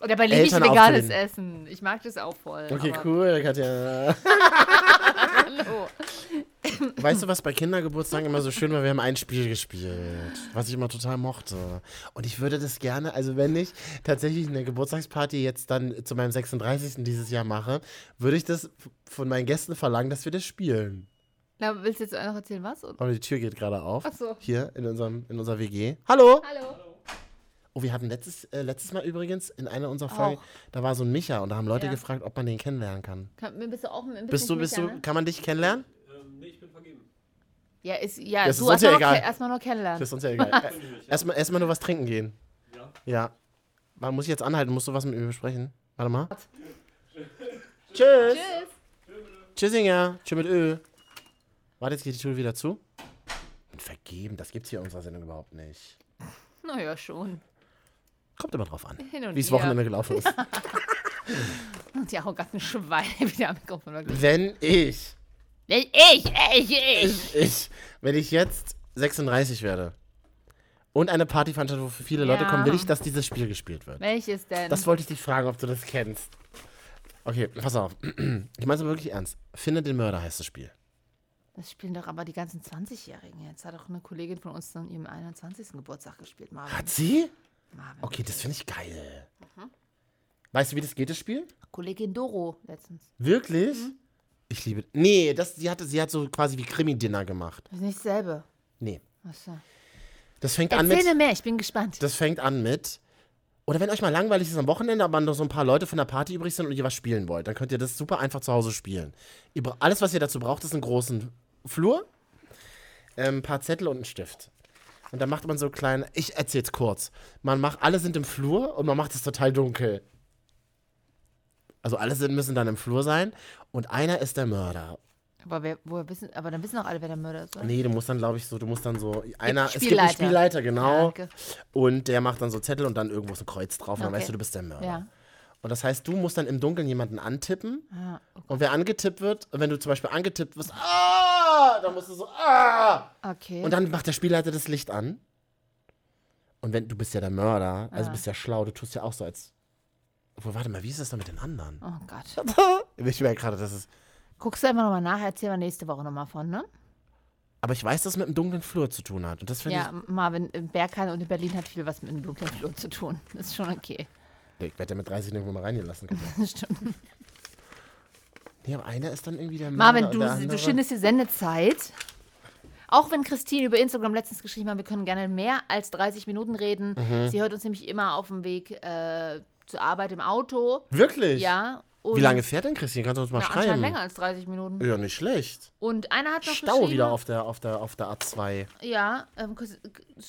Speaker 5: Und dabei liebe ich
Speaker 8: Eltern
Speaker 5: veganes
Speaker 8: aufzunehmen.
Speaker 5: Essen. Ich mag das auch voll.
Speaker 8: Okay,
Speaker 5: aber-
Speaker 8: cool, Katja.
Speaker 5: Hallo.
Speaker 8: Weißt du, was bei Kindergeburtstagen immer so schön war? Wir haben ein Spiel gespielt, was ich immer total mochte. Und ich würde das gerne, also wenn ich tatsächlich eine Geburtstagsparty jetzt dann zu meinem 36. dieses Jahr mache, würde ich das von meinen Gästen verlangen, dass wir das spielen.
Speaker 5: Na, willst du jetzt noch erzählen, was? Oder?
Speaker 8: Aber die Tür geht gerade auf.
Speaker 5: Ach so.
Speaker 8: Hier in, unserem, in unserer WG. Hallo!
Speaker 5: Hallo.
Speaker 8: Oh, wir hatten letztes, äh, letztes Mal übrigens in einer unserer Folgen, da war so ein Micha und da haben Leute
Speaker 5: Oh. Ja.
Speaker 8: gefragt, ob man den kennenlernen kann.
Speaker 5: Kann, bist du auch ein bisschen
Speaker 8: Bist du, bist
Speaker 5: Micha,
Speaker 8: du,
Speaker 5: ne?
Speaker 8: kann man dich kennenlernen?
Speaker 5: Ja, ist, ja
Speaker 8: Das
Speaker 5: du
Speaker 8: ist uns
Speaker 5: hast
Speaker 8: ja
Speaker 5: noch
Speaker 8: egal.
Speaker 5: ke- erstmal noch
Speaker 8: Das
Speaker 5: kennenlernen.
Speaker 8: ist uns ja egal. Äh, Erstmal erstmal nur was trinken gehen. Ja. Ja. Man muss ich jetzt anhalten, musst du was mit mir besprechen. Warte mal. Tschüss. Tschüss. Tschüssinger. Tschüss mit Ö. Warte, jetzt geht die Tür wieder zu. Und vergeben, das gibt's hier in unserer Sendung überhaupt nicht.
Speaker 5: Naja, schon.
Speaker 8: Kommt immer drauf an,
Speaker 5: Hin und
Speaker 8: wie es
Speaker 5: her.
Speaker 8: Wochenende gelaufen ist.
Speaker 5: Und ja, auch ganz ein Schwein wieder am Mikrofon. wirklich.
Speaker 8: Wenn ich,
Speaker 5: Ich, ich, ich.
Speaker 8: ich, wenn ich jetzt 36 werde und eine Party veranstaltet, wo viele Leute
Speaker 5: Ja.
Speaker 8: kommen, will ich, dass dieses Spiel gespielt wird.
Speaker 5: Welches denn?
Speaker 8: Das wollte ich dich fragen, ob du das kennst. Okay, pass auf. Ich meine es aber wirklich ernst. Finde den Mörder heißt das Spiel.
Speaker 5: das spielen doch aber die ganzen 20-Jährigen jetzt. Hat auch eine Kollegin von uns an ihrem 21. Geburtstag gespielt, Marvin.
Speaker 8: Hat sie?
Speaker 5: Marvin. Mhm.
Speaker 8: Okay, das finde ich geil. Weißt du, wie das geht, das Spiel?
Speaker 5: Kollegin Doro letztens.
Speaker 8: Wirklich?
Speaker 5: Mhm.
Speaker 8: Ich liebe. Nee, das, sie, hatte, sie hat so quasi wie Krimi-Dinner gemacht.
Speaker 5: Das ist nicht dasselbe.
Speaker 8: Nee.
Speaker 5: Achso.
Speaker 8: Das fängt an mit.
Speaker 5: Erzähl mir mehr, ich bin gespannt.
Speaker 8: Das fängt an mit. Oder wenn euch mal langweilig ist am Wochenende, aber noch so ein paar Leute von der Party übrig sind und ihr was spielen wollt, dann könnt ihr das super einfach zu Hause spielen. Ihr bra- alles, was ihr dazu braucht, ist einen großen Flur, ähm, ein paar Zettel und einen Stift. Und dann macht man so kleine. Ich erzähl's kurz. Man macht, alle sind im Flur und man macht es total dunkel. Also alle sind, müssen dann im Flur sein und einer ist der Mörder.
Speaker 5: aber, wer, woher wissen, aber dann wissen auch alle, wer der Mörder ist. Oder?
Speaker 8: Nee, du musst dann, glaube ich, so, du musst dann so. Einer, es gibt einen
Speaker 5: Spielleiter.
Speaker 8: Spielleiter, genau.
Speaker 5: Danke.
Speaker 8: Und der macht dann so Zettel und dann irgendwo ist ein Kreuz drauf und dann
Speaker 5: Okay.
Speaker 8: weißt du, du bist der Mörder.
Speaker 5: Ja.
Speaker 8: Und das heißt, du musst dann im Dunkeln jemanden antippen
Speaker 5: Ah, okay.
Speaker 8: und wer angetippt wird, und wenn du zum Beispiel angetippt wirst, ah, dann musst du so, ah.
Speaker 5: okay.
Speaker 8: Und dann macht der Spielleiter das Licht an. Und wenn, du bist ja der Mörder, also bist ja schlau, du tust ja auch so als. Obwohl, warte mal, wie ist das denn mit den anderen?
Speaker 5: oh Gott.
Speaker 8: Ich merke gerade, das ist.
Speaker 5: Guckst du einfach nochmal nach, erzähl mal nächste Woche nochmal von, ne?
Speaker 8: Aber ich weiß, dass es mit dem dunklen Flur zu tun hat. Und das finde
Speaker 5: Ja, Marvin, in Bergheim und in Berlin hat viel was mit dem dunklen Flur zu tun. Das ist schon okay.
Speaker 8: ich. Ich werde ja mit 30 nirgendwo mal reingelassen. Können.
Speaker 5: Das stimmt.
Speaker 8: Nee, aber einer ist dann irgendwie der Mörder.
Speaker 5: Marvin,
Speaker 8: und
Speaker 5: du,
Speaker 8: der andere-
Speaker 5: du schindest die Sendezeit. Auch wenn Christine über Instagram letztens geschrieben hat, wir können gerne mehr als 30 Minuten reden.
Speaker 8: Mhm.
Speaker 5: Sie hört uns nämlich immer auf dem Weg äh, zur Arbeit im Auto.
Speaker 8: Wirklich?
Speaker 5: Ja. Und
Speaker 8: Wie lange fährt denn Christine? Kannst du uns mal
Speaker 5: na, anscheinend
Speaker 8: schreiben?
Speaker 5: länger als 30 Minuten.
Speaker 8: Ja, nicht schlecht.
Speaker 5: Und einer hat noch
Speaker 8: Stau
Speaker 5: geschrieben,
Speaker 8: wieder auf der, auf der, auf der A2.
Speaker 5: Ja, ähm, Chris-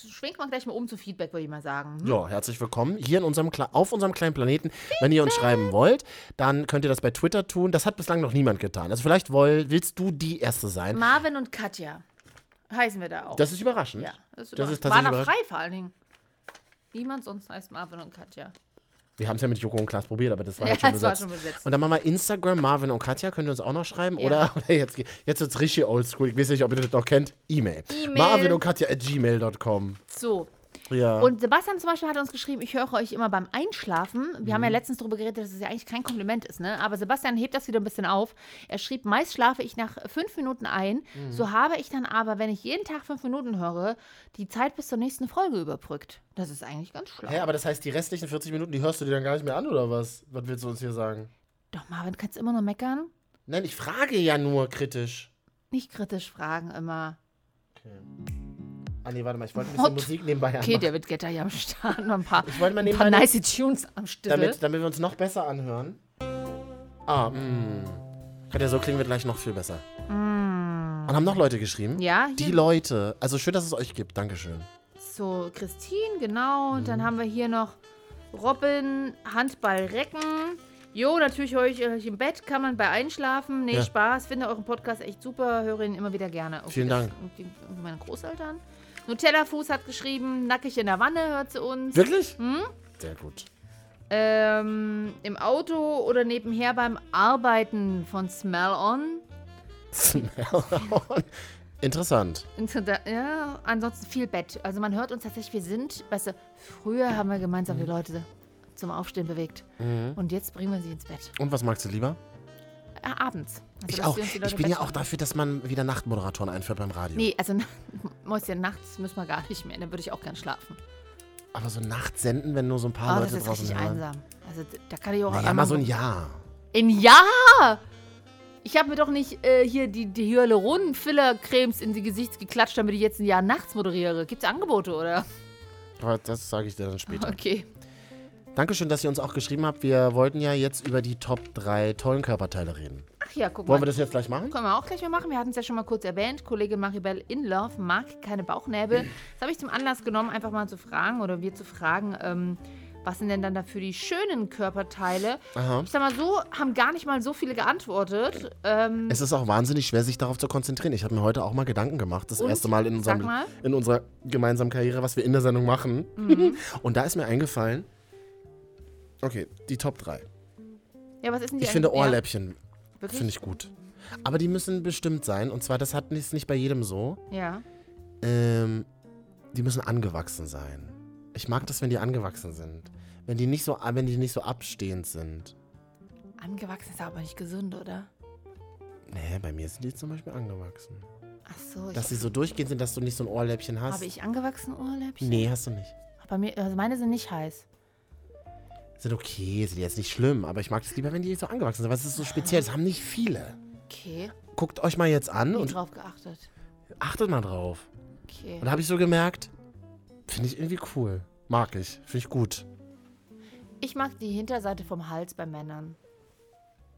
Speaker 5: schwenk mal gleich mal um zu Feedback, würde ich mal sagen. Hm?
Speaker 8: Ja, herzlich willkommen hier in unserem, Kle- auf unserem kleinen Planeten. Wenn ihr uns schreiben wollt, dann könnt ihr das bei Twitter tun. Das hat bislang noch niemand getan. Also vielleicht woll, willst du die Erste sein.
Speaker 5: Marvin und Katja heißen wir da auch.
Speaker 8: Das ist überraschend.
Speaker 5: ja, das ist,
Speaker 8: das
Speaker 5: das
Speaker 8: ist
Speaker 5: War
Speaker 8: tatsächlich
Speaker 5: noch
Speaker 8: überraschend.
Speaker 5: frei vor allen Dingen. Niemand sonst heißt Marvin und Katja.
Speaker 8: Wir haben es ja mit Joko und Klaas probiert, aber das war
Speaker 5: Ja,
Speaker 8: halt schon
Speaker 5: das war
Speaker 8: besetzt.
Speaker 5: schon besetzt.
Speaker 8: Und dann machen wir Instagram, Marvin und Katja, könnt ihr uns auch noch schreiben.
Speaker 5: Ja.
Speaker 8: Oder, oder jetzt, ge- jetzt wird es richtig oldschool. Ich weiß nicht, ob ihr das noch kennt. E-Mail.
Speaker 5: E-Mail.
Speaker 8: Marvin und Katja at gmail.com.
Speaker 5: So.
Speaker 8: Ja.
Speaker 5: Und Sebastian zum Beispiel hat uns geschrieben, ich höre euch immer beim Einschlafen. Wir
Speaker 8: Mhm.
Speaker 5: haben ja letztens darüber geredet, dass es ja eigentlich kein Kompliment ist, ne? Aber Sebastian hebt das wieder ein bisschen auf. Er schrieb, meist schlafe ich nach fünf Minuten ein.
Speaker 8: Mhm.
Speaker 5: So habe ich dann aber, wenn ich jeden Tag fünf Minuten höre, die Zeit bis zur nächsten Folge überbrückt. Das ist eigentlich ganz schlau.
Speaker 8: Hä, aber das heißt, die restlichen 40 Minuten, die hörst du dir dann gar nicht mehr an, oder was? Was willst du uns hier sagen?
Speaker 5: Doch, Marvin, kannst du immer noch meckern?
Speaker 8: Nein, ich frage ja nur kritisch.
Speaker 5: Nicht kritisch fragen immer.
Speaker 8: Ah, nee, warte mal, ich wollte ein bisschen
Speaker 5: What?
Speaker 8: Musik nebenbei
Speaker 5: Okay,
Speaker 8: anmachen,
Speaker 5: David Getter hier am Start. Noch ein paar,
Speaker 8: Ich wollte mal
Speaker 5: ein
Speaker 8: nebenbei
Speaker 5: paar
Speaker 8: noch-
Speaker 5: nice Tunes am Stüssel.
Speaker 8: damit, damit wir uns noch besser anhören. Ah, mm. Hat ja so klingen wir gleich noch viel besser. Und haben noch Leute geschrieben?
Speaker 5: Mm. Ja,
Speaker 8: Die
Speaker 5: hier-
Speaker 8: Leute. Also schön, dass es euch gibt. Dankeschön.
Speaker 5: So, Christine, genau. Und
Speaker 8: Mhm.
Speaker 5: dann haben wir hier noch Robin, Handball Recken. Jo, natürlich höre ich euch im Bett, kann man bei einschlafen. Nee,
Speaker 8: Ja.
Speaker 5: Spaß, finde euren Podcast echt super, höre ihn immer wieder gerne. Okay,
Speaker 8: Vielen
Speaker 5: das
Speaker 8: Dank.
Speaker 5: sind Die, meine Großeltern. Nutellafuß hat geschrieben, nackig in der Wanne, hört zu uns.
Speaker 8: Wirklich?
Speaker 5: Hm?
Speaker 8: Sehr gut.
Speaker 5: Ähm, Im Auto oder nebenher beim Arbeiten von Smell On.
Speaker 8: Smell-on. Interessant.
Speaker 5: Und so da- Ja, ansonsten viel Bett. Also man hört uns tatsächlich, wir sind, weißt du, früher haben wir gemeinsam die
Speaker 8: Mhm.
Speaker 5: Leute zum Aufstehen bewegt. Und jetzt bringen wir sie ins Bett.
Speaker 8: Und was magst du lieber?
Speaker 5: Äh, abends. Also,
Speaker 8: Ich
Speaker 5: dass
Speaker 8: auch.
Speaker 5: wir uns die Leute
Speaker 8: Ich bin
Speaker 5: im
Speaker 8: ja
Speaker 5: Bett
Speaker 8: auch dafür, dass man wieder Nachtmoderatoren einführt beim Radio.
Speaker 5: Nee, also Mäuschen, nachts müssen wir gar nicht mehr. Dann würde ich auch gern schlafen.
Speaker 8: Aber so nachts senden, wenn nur so ein paar
Speaker 5: Aber Ah, das
Speaker 8: Ah, Leute
Speaker 5: ist
Speaker 8: draußen
Speaker 5: richtig
Speaker 8: hören.
Speaker 5: einsam. Also d- da kann ich auch
Speaker 8: Naja, mal
Speaker 5: einmal-
Speaker 8: so ein Jahr.
Speaker 5: Ein Jahr! Ich habe mir doch nicht äh, hier die, die Hyaluron-Filler-Cremes in die Gesicht geklatscht, damit ich jetzt ein Jahr nachts moderiere. Gibt's Angebote, oder?
Speaker 8: Aber das sage ich dir dann später.
Speaker 5: Okay.
Speaker 8: Dankeschön, dass ihr uns auch geschrieben habt. Wir wollten ja jetzt über die Top 3 tollen Körperteile reden.
Speaker 5: Ach ja, guck
Speaker 8: Wollen
Speaker 5: mal.
Speaker 8: wir das jetzt gleich machen?
Speaker 5: Können wir auch gleich mal machen. Wir hatten es ja schon mal kurz erwähnt. Kollegin Maribel Inlove mag keine Bauchnäbel. Das habe ich zum Anlass genommen, einfach mal zu fragen oder wir zu fragen, ähm, was sind denn dann dafür die schönen Körperteile?
Speaker 8: Aha.
Speaker 5: Ich sag mal so, haben gar nicht mal so viele geantwortet. Ähm,
Speaker 8: Es ist auch wahnsinnig schwer, sich darauf zu konzentrieren. Ich habe mir heute auch mal Gedanken gemacht. Das
Speaker 5: Und?
Speaker 8: erste Mal in, unserem,
Speaker 5: Sag mal.
Speaker 8: in unserer gemeinsamen Karriere, was wir in der Sendung machen.
Speaker 5: Mhm.
Speaker 8: Und da ist mir eingefallen, okay, die Top 3.
Speaker 5: ja, was ist denn die
Speaker 8: Ich finde
Speaker 5: eigentlich-
Speaker 8: Ohrläppchen
Speaker 5: Ja, wirklich?
Speaker 8: Finde ich gut. Aber die müssen bestimmt sein. Und zwar, das hat ist nicht bei jedem so.
Speaker 5: Ja.
Speaker 8: Ähm, die müssen angewachsen sein. Ich mag das, wenn die angewachsen sind. Wenn die nicht so, wenn die nicht so abstehend sind.
Speaker 5: Angewachsen ist aber nicht gesund, oder?
Speaker 8: Nee, bei mir sind die zum Beispiel angewachsen.
Speaker 5: Ach so, ich,
Speaker 8: Dass sie so durchgehend sind, dass du nicht so ein Ohrläppchen hast.
Speaker 5: habe ich angewachsene Ohrläppchen?
Speaker 8: Nee, hast du nicht.
Speaker 5: Bei mir, also meine sind nicht heiß.
Speaker 8: Sind okay, sind jetzt nicht schlimm, aber ich mag es lieber, wenn die so angewachsen sind. Was ist so speziell? Das haben nicht viele.
Speaker 5: Okay,
Speaker 8: Guckt euch mal jetzt an
Speaker 5: nie
Speaker 8: und
Speaker 5: drauf geachtet.
Speaker 8: achtet mal drauf.
Speaker 5: Okay.
Speaker 8: Und da habe ich so gemerkt, finde ich irgendwie cool. Mag ich. Finde ich gut.
Speaker 5: Ich mag die Hinterseite vom Hals bei Männern.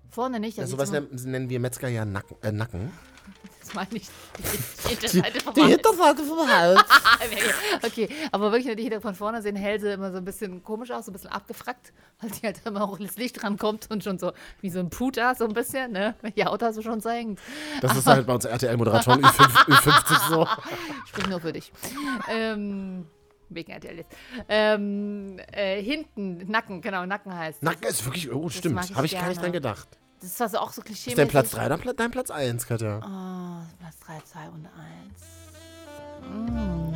Speaker 5: Vorne nicht,
Speaker 8: Ja,
Speaker 5: das,
Speaker 8: sowas
Speaker 5: sieht man-
Speaker 8: nennen, nennen wir Metzger ja Nacken. Äh, Nacken.
Speaker 5: das meine ich. Die Hinterseite vom Hals. Ah,
Speaker 8: Hinterseite vom Hals.
Speaker 5: okay, aber wirklich, die Hinter von vorne sehen Hälse immer so ein bisschen komisch aus, so ein bisschen abgefrackt, weil die halt immer auch ins Licht rankommt und schon so wie so ein Puta so ein bisschen, ne? Welche Autos so schon so hängt.
Speaker 8: Das ist halt bei uns RTL-Moderatoren Ü5, Ü50 so.
Speaker 5: Sprich nur für dich. ähm, wegen RTL jetzt. Ähm, äh, hinten, Nacken, genau, Nacken heißt.
Speaker 8: Nacken ist wirklich, oh,
Speaker 5: mag ich
Speaker 8: stimmt. Habe ich gar
Speaker 5: gerne.
Speaker 8: nicht dran gedacht.
Speaker 5: Das ist also auch so klischee.
Speaker 8: Ist dein Platz ne? 3 oder Pla- dein Platz 1, Katja?
Speaker 5: Oh, Platz 3, 2 und 1.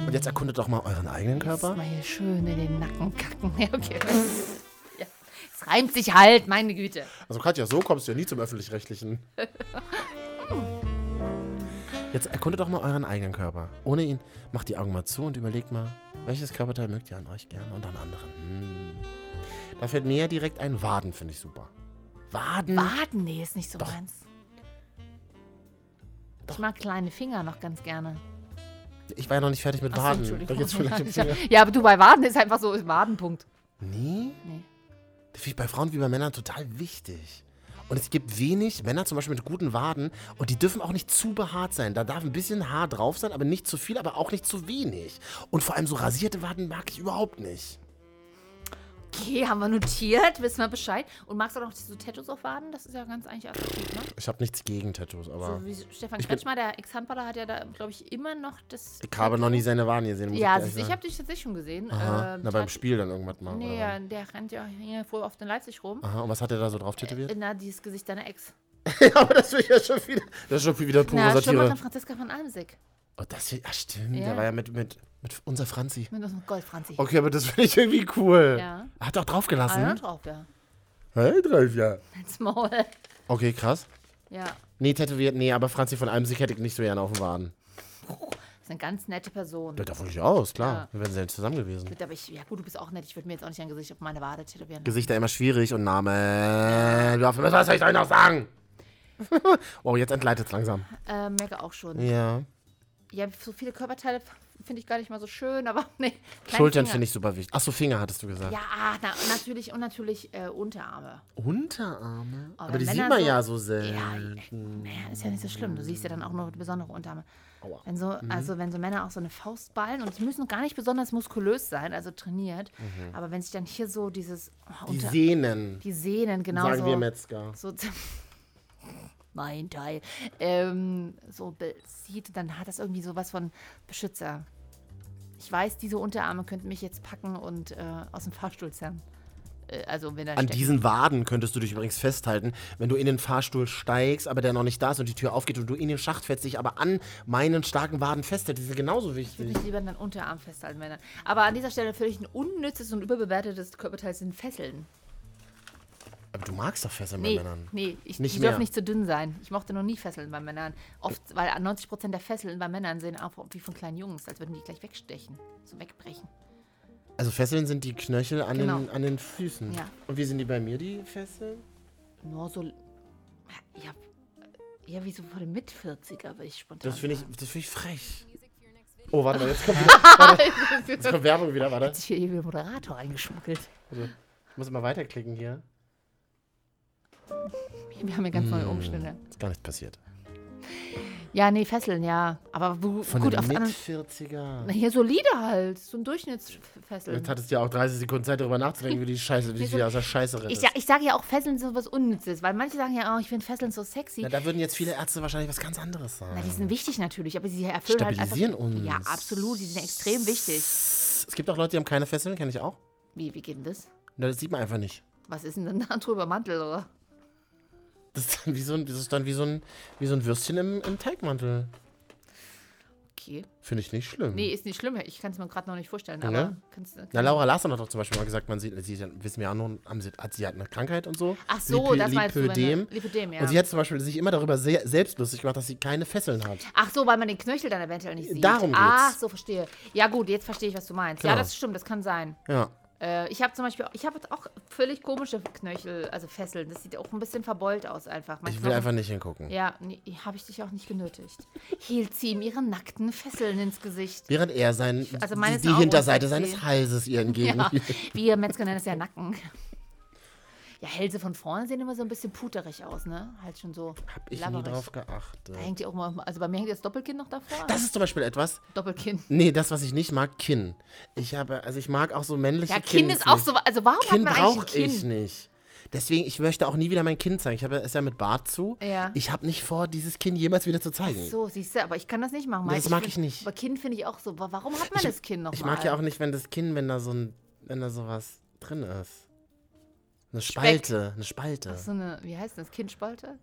Speaker 5: Oh.
Speaker 8: Und jetzt erkundet doch mal euren eigenen Körper.
Speaker 5: Mal hier schön in den Nacken kacken. Ja, okay. ja. Es reimt sich halt, meine Güte.
Speaker 8: Also Katja, so kommst du ja nie zum Öffentlich-Rechtlichen. Jetzt erkundet doch mal euren eigenen Körper. Ohne ihn, macht die Augen mal zu und überlegt mal, welches Körperteil mögt ihr an euch gerne und an anderen. Hm. Da fällt mir ja direkt ein Waden, finde ich super. Waden?
Speaker 5: Baden, nee, ist nicht so
Speaker 8: Hm. Doch.
Speaker 5: meins. Ich mag kleine Finger noch ganz gerne.
Speaker 8: Ich war ja noch nicht fertig mit
Speaker 5: Ach so,
Speaker 8: Waden. da
Speaker 5: Entschuldigung.
Speaker 8: geht's vielleicht um Finger.
Speaker 5: ja, aber du bei Waden ist einfach so, ist Wadenpunkt.
Speaker 8: Nee?
Speaker 5: Nee.
Speaker 8: Das finde ich bei Frauen wie bei Männern total wichtig. Und es gibt wenig Männer, zum Beispiel mit guten Waden, und die dürfen auch nicht zu behaart sein. Da darf ein bisschen Haar drauf sein, aber nicht zu viel, aber auch nicht zu wenig. Und vor allem so rasierte Waden mag ich überhaupt nicht.
Speaker 5: Okay, haben wir notiert, wissen wir Bescheid. Und magst du auch noch so Tattoos auf Waden? Das ist ja ganz eigentlich attraktiv, ne?
Speaker 8: Ich habe nichts gegen Tattoos, aber
Speaker 5: So wie Stefan
Speaker 8: Ich bin-
Speaker 5: Kretschmer, der Ex-Handballer, hat ja da, glaube ich, immer noch das.
Speaker 8: ich habe noch nie seine Waden gesehen. muss
Speaker 5: Ja,
Speaker 8: ich,
Speaker 5: siehst du,
Speaker 8: ehrlich
Speaker 5: ich
Speaker 8: sagen.
Speaker 5: habe dich tatsächlich schon gesehen.
Speaker 8: Aha.
Speaker 5: Ähm,
Speaker 8: Na, beim
Speaker 5: Tat-
Speaker 8: Spiel dann irgendwann mal.
Speaker 5: Nee,
Speaker 8: oder?
Speaker 5: ja, der rennt ja hing ja früher oft in Leipzig rum.
Speaker 8: Aha, und was hat er da so drauf tätowiert?
Speaker 5: Na, dieses Gesicht deiner Ex.
Speaker 8: ja, aber das will ich ja schon wieder. Das ist schon wieder pure
Speaker 5: Äh, Na, Stürmerin
Speaker 8: Satire.
Speaker 5: Franziska von Almsig.
Speaker 8: Oh, das hier, ah, stimmt.
Speaker 5: Ja.
Speaker 8: Der war ja mit, mit, mit unser Franzi.
Speaker 5: Mit unserem Gold-Franzi.
Speaker 8: Okay, Mhm. aber das finde ich irgendwie cool.
Speaker 5: Ja.
Speaker 8: Hat auch
Speaker 5: Ah,
Speaker 8: draufgelassen.
Speaker 5: ja, drauf, ja.
Speaker 8: Hey, drauf, ja.
Speaker 5: Ins Maul.
Speaker 8: Okay, krass.
Speaker 5: Ja,
Speaker 8: Nee, tätowiert, nee, aber Franzi von Almsig hätte ich nicht so gerne auf dem Waden.
Speaker 5: ist eine ganz nette Person.
Speaker 8: Ja, davon ich aus, klar. Wir wären selbst zusammen gewesen.
Speaker 5: Gut, Aber ich, ja gut, du bist auch nett. Ich würde mir jetzt auch nicht ein Gesicht auf meine Wade tätowieren.
Speaker 8: Gesichter immer schwierig und Name. Ja, Was soll ich euch noch sagen? oh, jetzt entgleitet's langsam.
Speaker 5: Äh, Merke auch schon.
Speaker 8: Ja.
Speaker 5: Ja, so viele Körperteile finde ich gar nicht mal so schön, aber nee. kleine
Speaker 8: Schultern
Speaker 5: Finger.
Speaker 8: finde ich super wichtig. Achso, Finger hattest du gesagt.
Speaker 5: Ja, ah, na, natürlich und natürlich äh, Unterarme.
Speaker 8: Unterarme? Aber,
Speaker 5: Oh, wenn
Speaker 8: die sieht
Speaker 5: Männer
Speaker 8: man
Speaker 5: so-
Speaker 8: ja so
Speaker 5: Ja,
Speaker 8: selten.
Speaker 5: ich- naja, ist ja nicht so schlimm. Du siehst ja dann auch nur besondere Unterarme. Wenn so,
Speaker 8: Mhm.
Speaker 5: also wenn so Männer auch so eine Faust ballen und die müssen gar nicht besonders muskulös sein, also trainiert, aber wenn sich dann hier so dieses oh,
Speaker 8: Mhm. Die
Speaker 5: Unter-
Speaker 8: Sehnen,
Speaker 5: die Sehnen genau
Speaker 8: sagen
Speaker 5: so,
Speaker 8: wir Metzger.
Speaker 5: so z- mein Teil ähm, so be- sieht, dann hat das irgendwie sowas von Beschützer. Ich weiß, diese Unterarme könnten mich jetzt packen und äh, aus dem Fahrstuhl zerren. Äh, also wenn er
Speaker 8: An
Speaker 5: steckt.
Speaker 8: diesen Waden könntest du dich übrigens festhalten, wenn du in den Fahrstuhl steigst, aber der noch nicht da ist und die Tür aufgeht und du in den Schacht fährst, dich aber an meinen starken Waden festhältst. Die sind genauso
Speaker 5: Ich
Speaker 8: wichtig.
Speaker 5: würde mich lieber an den Unterarm festhalten, Männer. Aber an dieser Stelle völlig ein unnützes und überbewertetes Körperteil sind Fesseln.
Speaker 8: Aber du magst doch Fesseln
Speaker 5: Nee,
Speaker 8: bei Männern.
Speaker 5: nee, ich,
Speaker 8: Nicht
Speaker 5: die
Speaker 8: mehr.
Speaker 5: dürfen nicht zu dünn sein. Ich mochte noch nie Fesseln bei Männern. Oft, weil 90% der Fesseln bei Männern sehen auch wie von kleinen Jungs, als würden die gleich wegstechen, so wegbrechen.
Speaker 8: Also Fesseln sind die Knöchel an, den,
Speaker 5: Genau.
Speaker 8: an den Füßen.
Speaker 5: Ja.
Speaker 8: Und wie sind die bei mir, die Fesseln?
Speaker 5: Nur so, äh, ja, äh, ja wie so vor dem Mit-40er würde ich spontan
Speaker 8: Das finde ich,
Speaker 5: sagen.
Speaker 8: das find ich frech. Oh, warte mal, jetzt kommt, wieder, jetzt kommt Werbung wieder, warte. Also,
Speaker 5: Hat sich hier irgendwie der Moderator eingeschmuggelt.
Speaker 8: Ich muss immer weiterklicken hier.
Speaker 5: Wir haben
Speaker 8: Hm.
Speaker 5: hier ganz neue Umstände.
Speaker 8: Ist gar nichts passiert.
Speaker 5: Ja, nee, Fesseln, ja. Aber wo,
Speaker 8: Von
Speaker 5: gut,
Speaker 8: den
Speaker 5: auf der anderen... Na,
Speaker 8: 40er.
Speaker 5: hier solide halt, so ein Durchschnittsfesseln.
Speaker 8: Jetzt hattest du ja auch 30 Sekunden Zeit, darüber nachzudenken, wie die Scheiße, wie
Speaker 5: Nee,
Speaker 8: dich
Speaker 5: so-
Speaker 8: wieder aus der Scheiße
Speaker 5: Ich,
Speaker 8: redest.
Speaker 5: sa- ich sage ja auch, Fesseln sind was Unnützes, weil manche sagen ja, oh, ich finde Fesseln so sexy.
Speaker 8: Na, da würden jetzt viele Ärzte wahrscheinlich was ganz anderes
Speaker 5: Na, die
Speaker 8: sagen.
Speaker 5: sind wichtig natürlich, aber sie erfüllen halt einfach...
Speaker 8: Stabilisieren uns.
Speaker 5: Ja, absolut, die sind extrem wichtig.
Speaker 8: Es gibt auch Leute, die haben keine Fesseln, kenne ich auch.
Speaker 5: Wie, wie geht denn das?
Speaker 8: Na, das sieht man einfach nicht.
Speaker 5: Was ist denn dann da drüber Mantel, oder?
Speaker 8: Das ist dann wie so ein, das ist dann wie so ein, wie so ein Würstchen im, im Teigmantel.
Speaker 5: Okay.
Speaker 8: Finde ich nicht schlimm.
Speaker 5: Nee, ist nicht schlimm, ich kann es mir gerade noch nicht vorstellen,
Speaker 8: Ja.
Speaker 5: aber... Kannst,
Speaker 8: Na, Laura Larsson hat doch zum Beispiel mal gesagt, man sieht, sie ist- wissen wir auch nun, haben sie, hat, sie hat eine Krankheit und so.
Speaker 5: Ach so,
Speaker 8: Lipo-
Speaker 5: das meinst du, wenn
Speaker 8: Lipödem.
Speaker 5: du- Lipödem, ja.
Speaker 8: Und sie hat zum Beispiel sich immer darüber sehr, selbst lustig gemacht, dass sie keine Fesseln hat.
Speaker 5: Ach so, weil man den Knöchel dann eventuell nicht sieht.
Speaker 8: Darum geht's.
Speaker 5: Ach so, verstehe. Ja gut, jetzt verstehe ich, was du meinst. Ja,
Speaker 8: Genau.
Speaker 5: das stimmt, das kann sein.
Speaker 8: Ja.
Speaker 5: Äh, ich habe zum Beispiel, ich habe auch völlig komische Knöchel, also Fesseln. Das sieht auch ein bisschen verbeult aus einfach.
Speaker 8: Ich
Speaker 5: Manchmal
Speaker 8: will
Speaker 5: so-
Speaker 8: einfach nicht hingucken.
Speaker 5: Ja, nee, habe ich dich auch nicht genötigt. Hielt sie ihm ihre nackten Fesseln ins Gesicht.
Speaker 8: Während er sein,
Speaker 5: also meine
Speaker 8: die,
Speaker 5: sind
Speaker 8: die
Speaker 5: auch
Speaker 8: Hinterseite
Speaker 5: unsexy.
Speaker 8: seines Halses ihr entgegen.
Speaker 5: Ja, wir Metzger nennen es ja Nacken. Ja, Hälse von vorne sehen immer so ein bisschen puterig aus, ne? Halt schon so
Speaker 8: Hab ich nie
Speaker 5: labberig.
Speaker 8: drauf
Speaker 5: Da
Speaker 8: geachtet.
Speaker 5: hängt ja auch mal, also bei mir hängt das Doppelkinn noch davor.
Speaker 8: Das ist zum Beispiel etwas.
Speaker 5: Doppelkinn.
Speaker 8: Nee, das, was ich nicht mag, Kinn. Ich habe, also ich mag auch so männliche
Speaker 5: Ja, Kinn ist auch
Speaker 8: nicht.
Speaker 5: so, also warum
Speaker 8: Kinn
Speaker 5: hat man eigentlich ein
Speaker 8: brauche
Speaker 5: Kinn?
Speaker 8: ich nicht. Deswegen, ich möchte auch nie wieder mein Kinn zeigen. Ich habe es ja mit Bart zu.
Speaker 5: Ja.
Speaker 8: Ich habe nicht vor, dieses Kinn jemals wieder zu zeigen.
Speaker 5: So, siehst du, aber ich kann das nicht machen.
Speaker 8: Nee,
Speaker 5: weil
Speaker 8: das mag
Speaker 5: find-
Speaker 8: ich nicht.
Speaker 5: Aber Kinn finde ich auch so. Wa- Warum hat man das Kinn nochmal?
Speaker 8: Ich mag ja auch nicht, wenn das Kinn, wenn da so ein, wenn da sowas drin ist. Eine
Speaker 5: Speck.
Speaker 8: Spalte, eine Spalte.
Speaker 5: So eine, wie heißt das, Kinnspalte?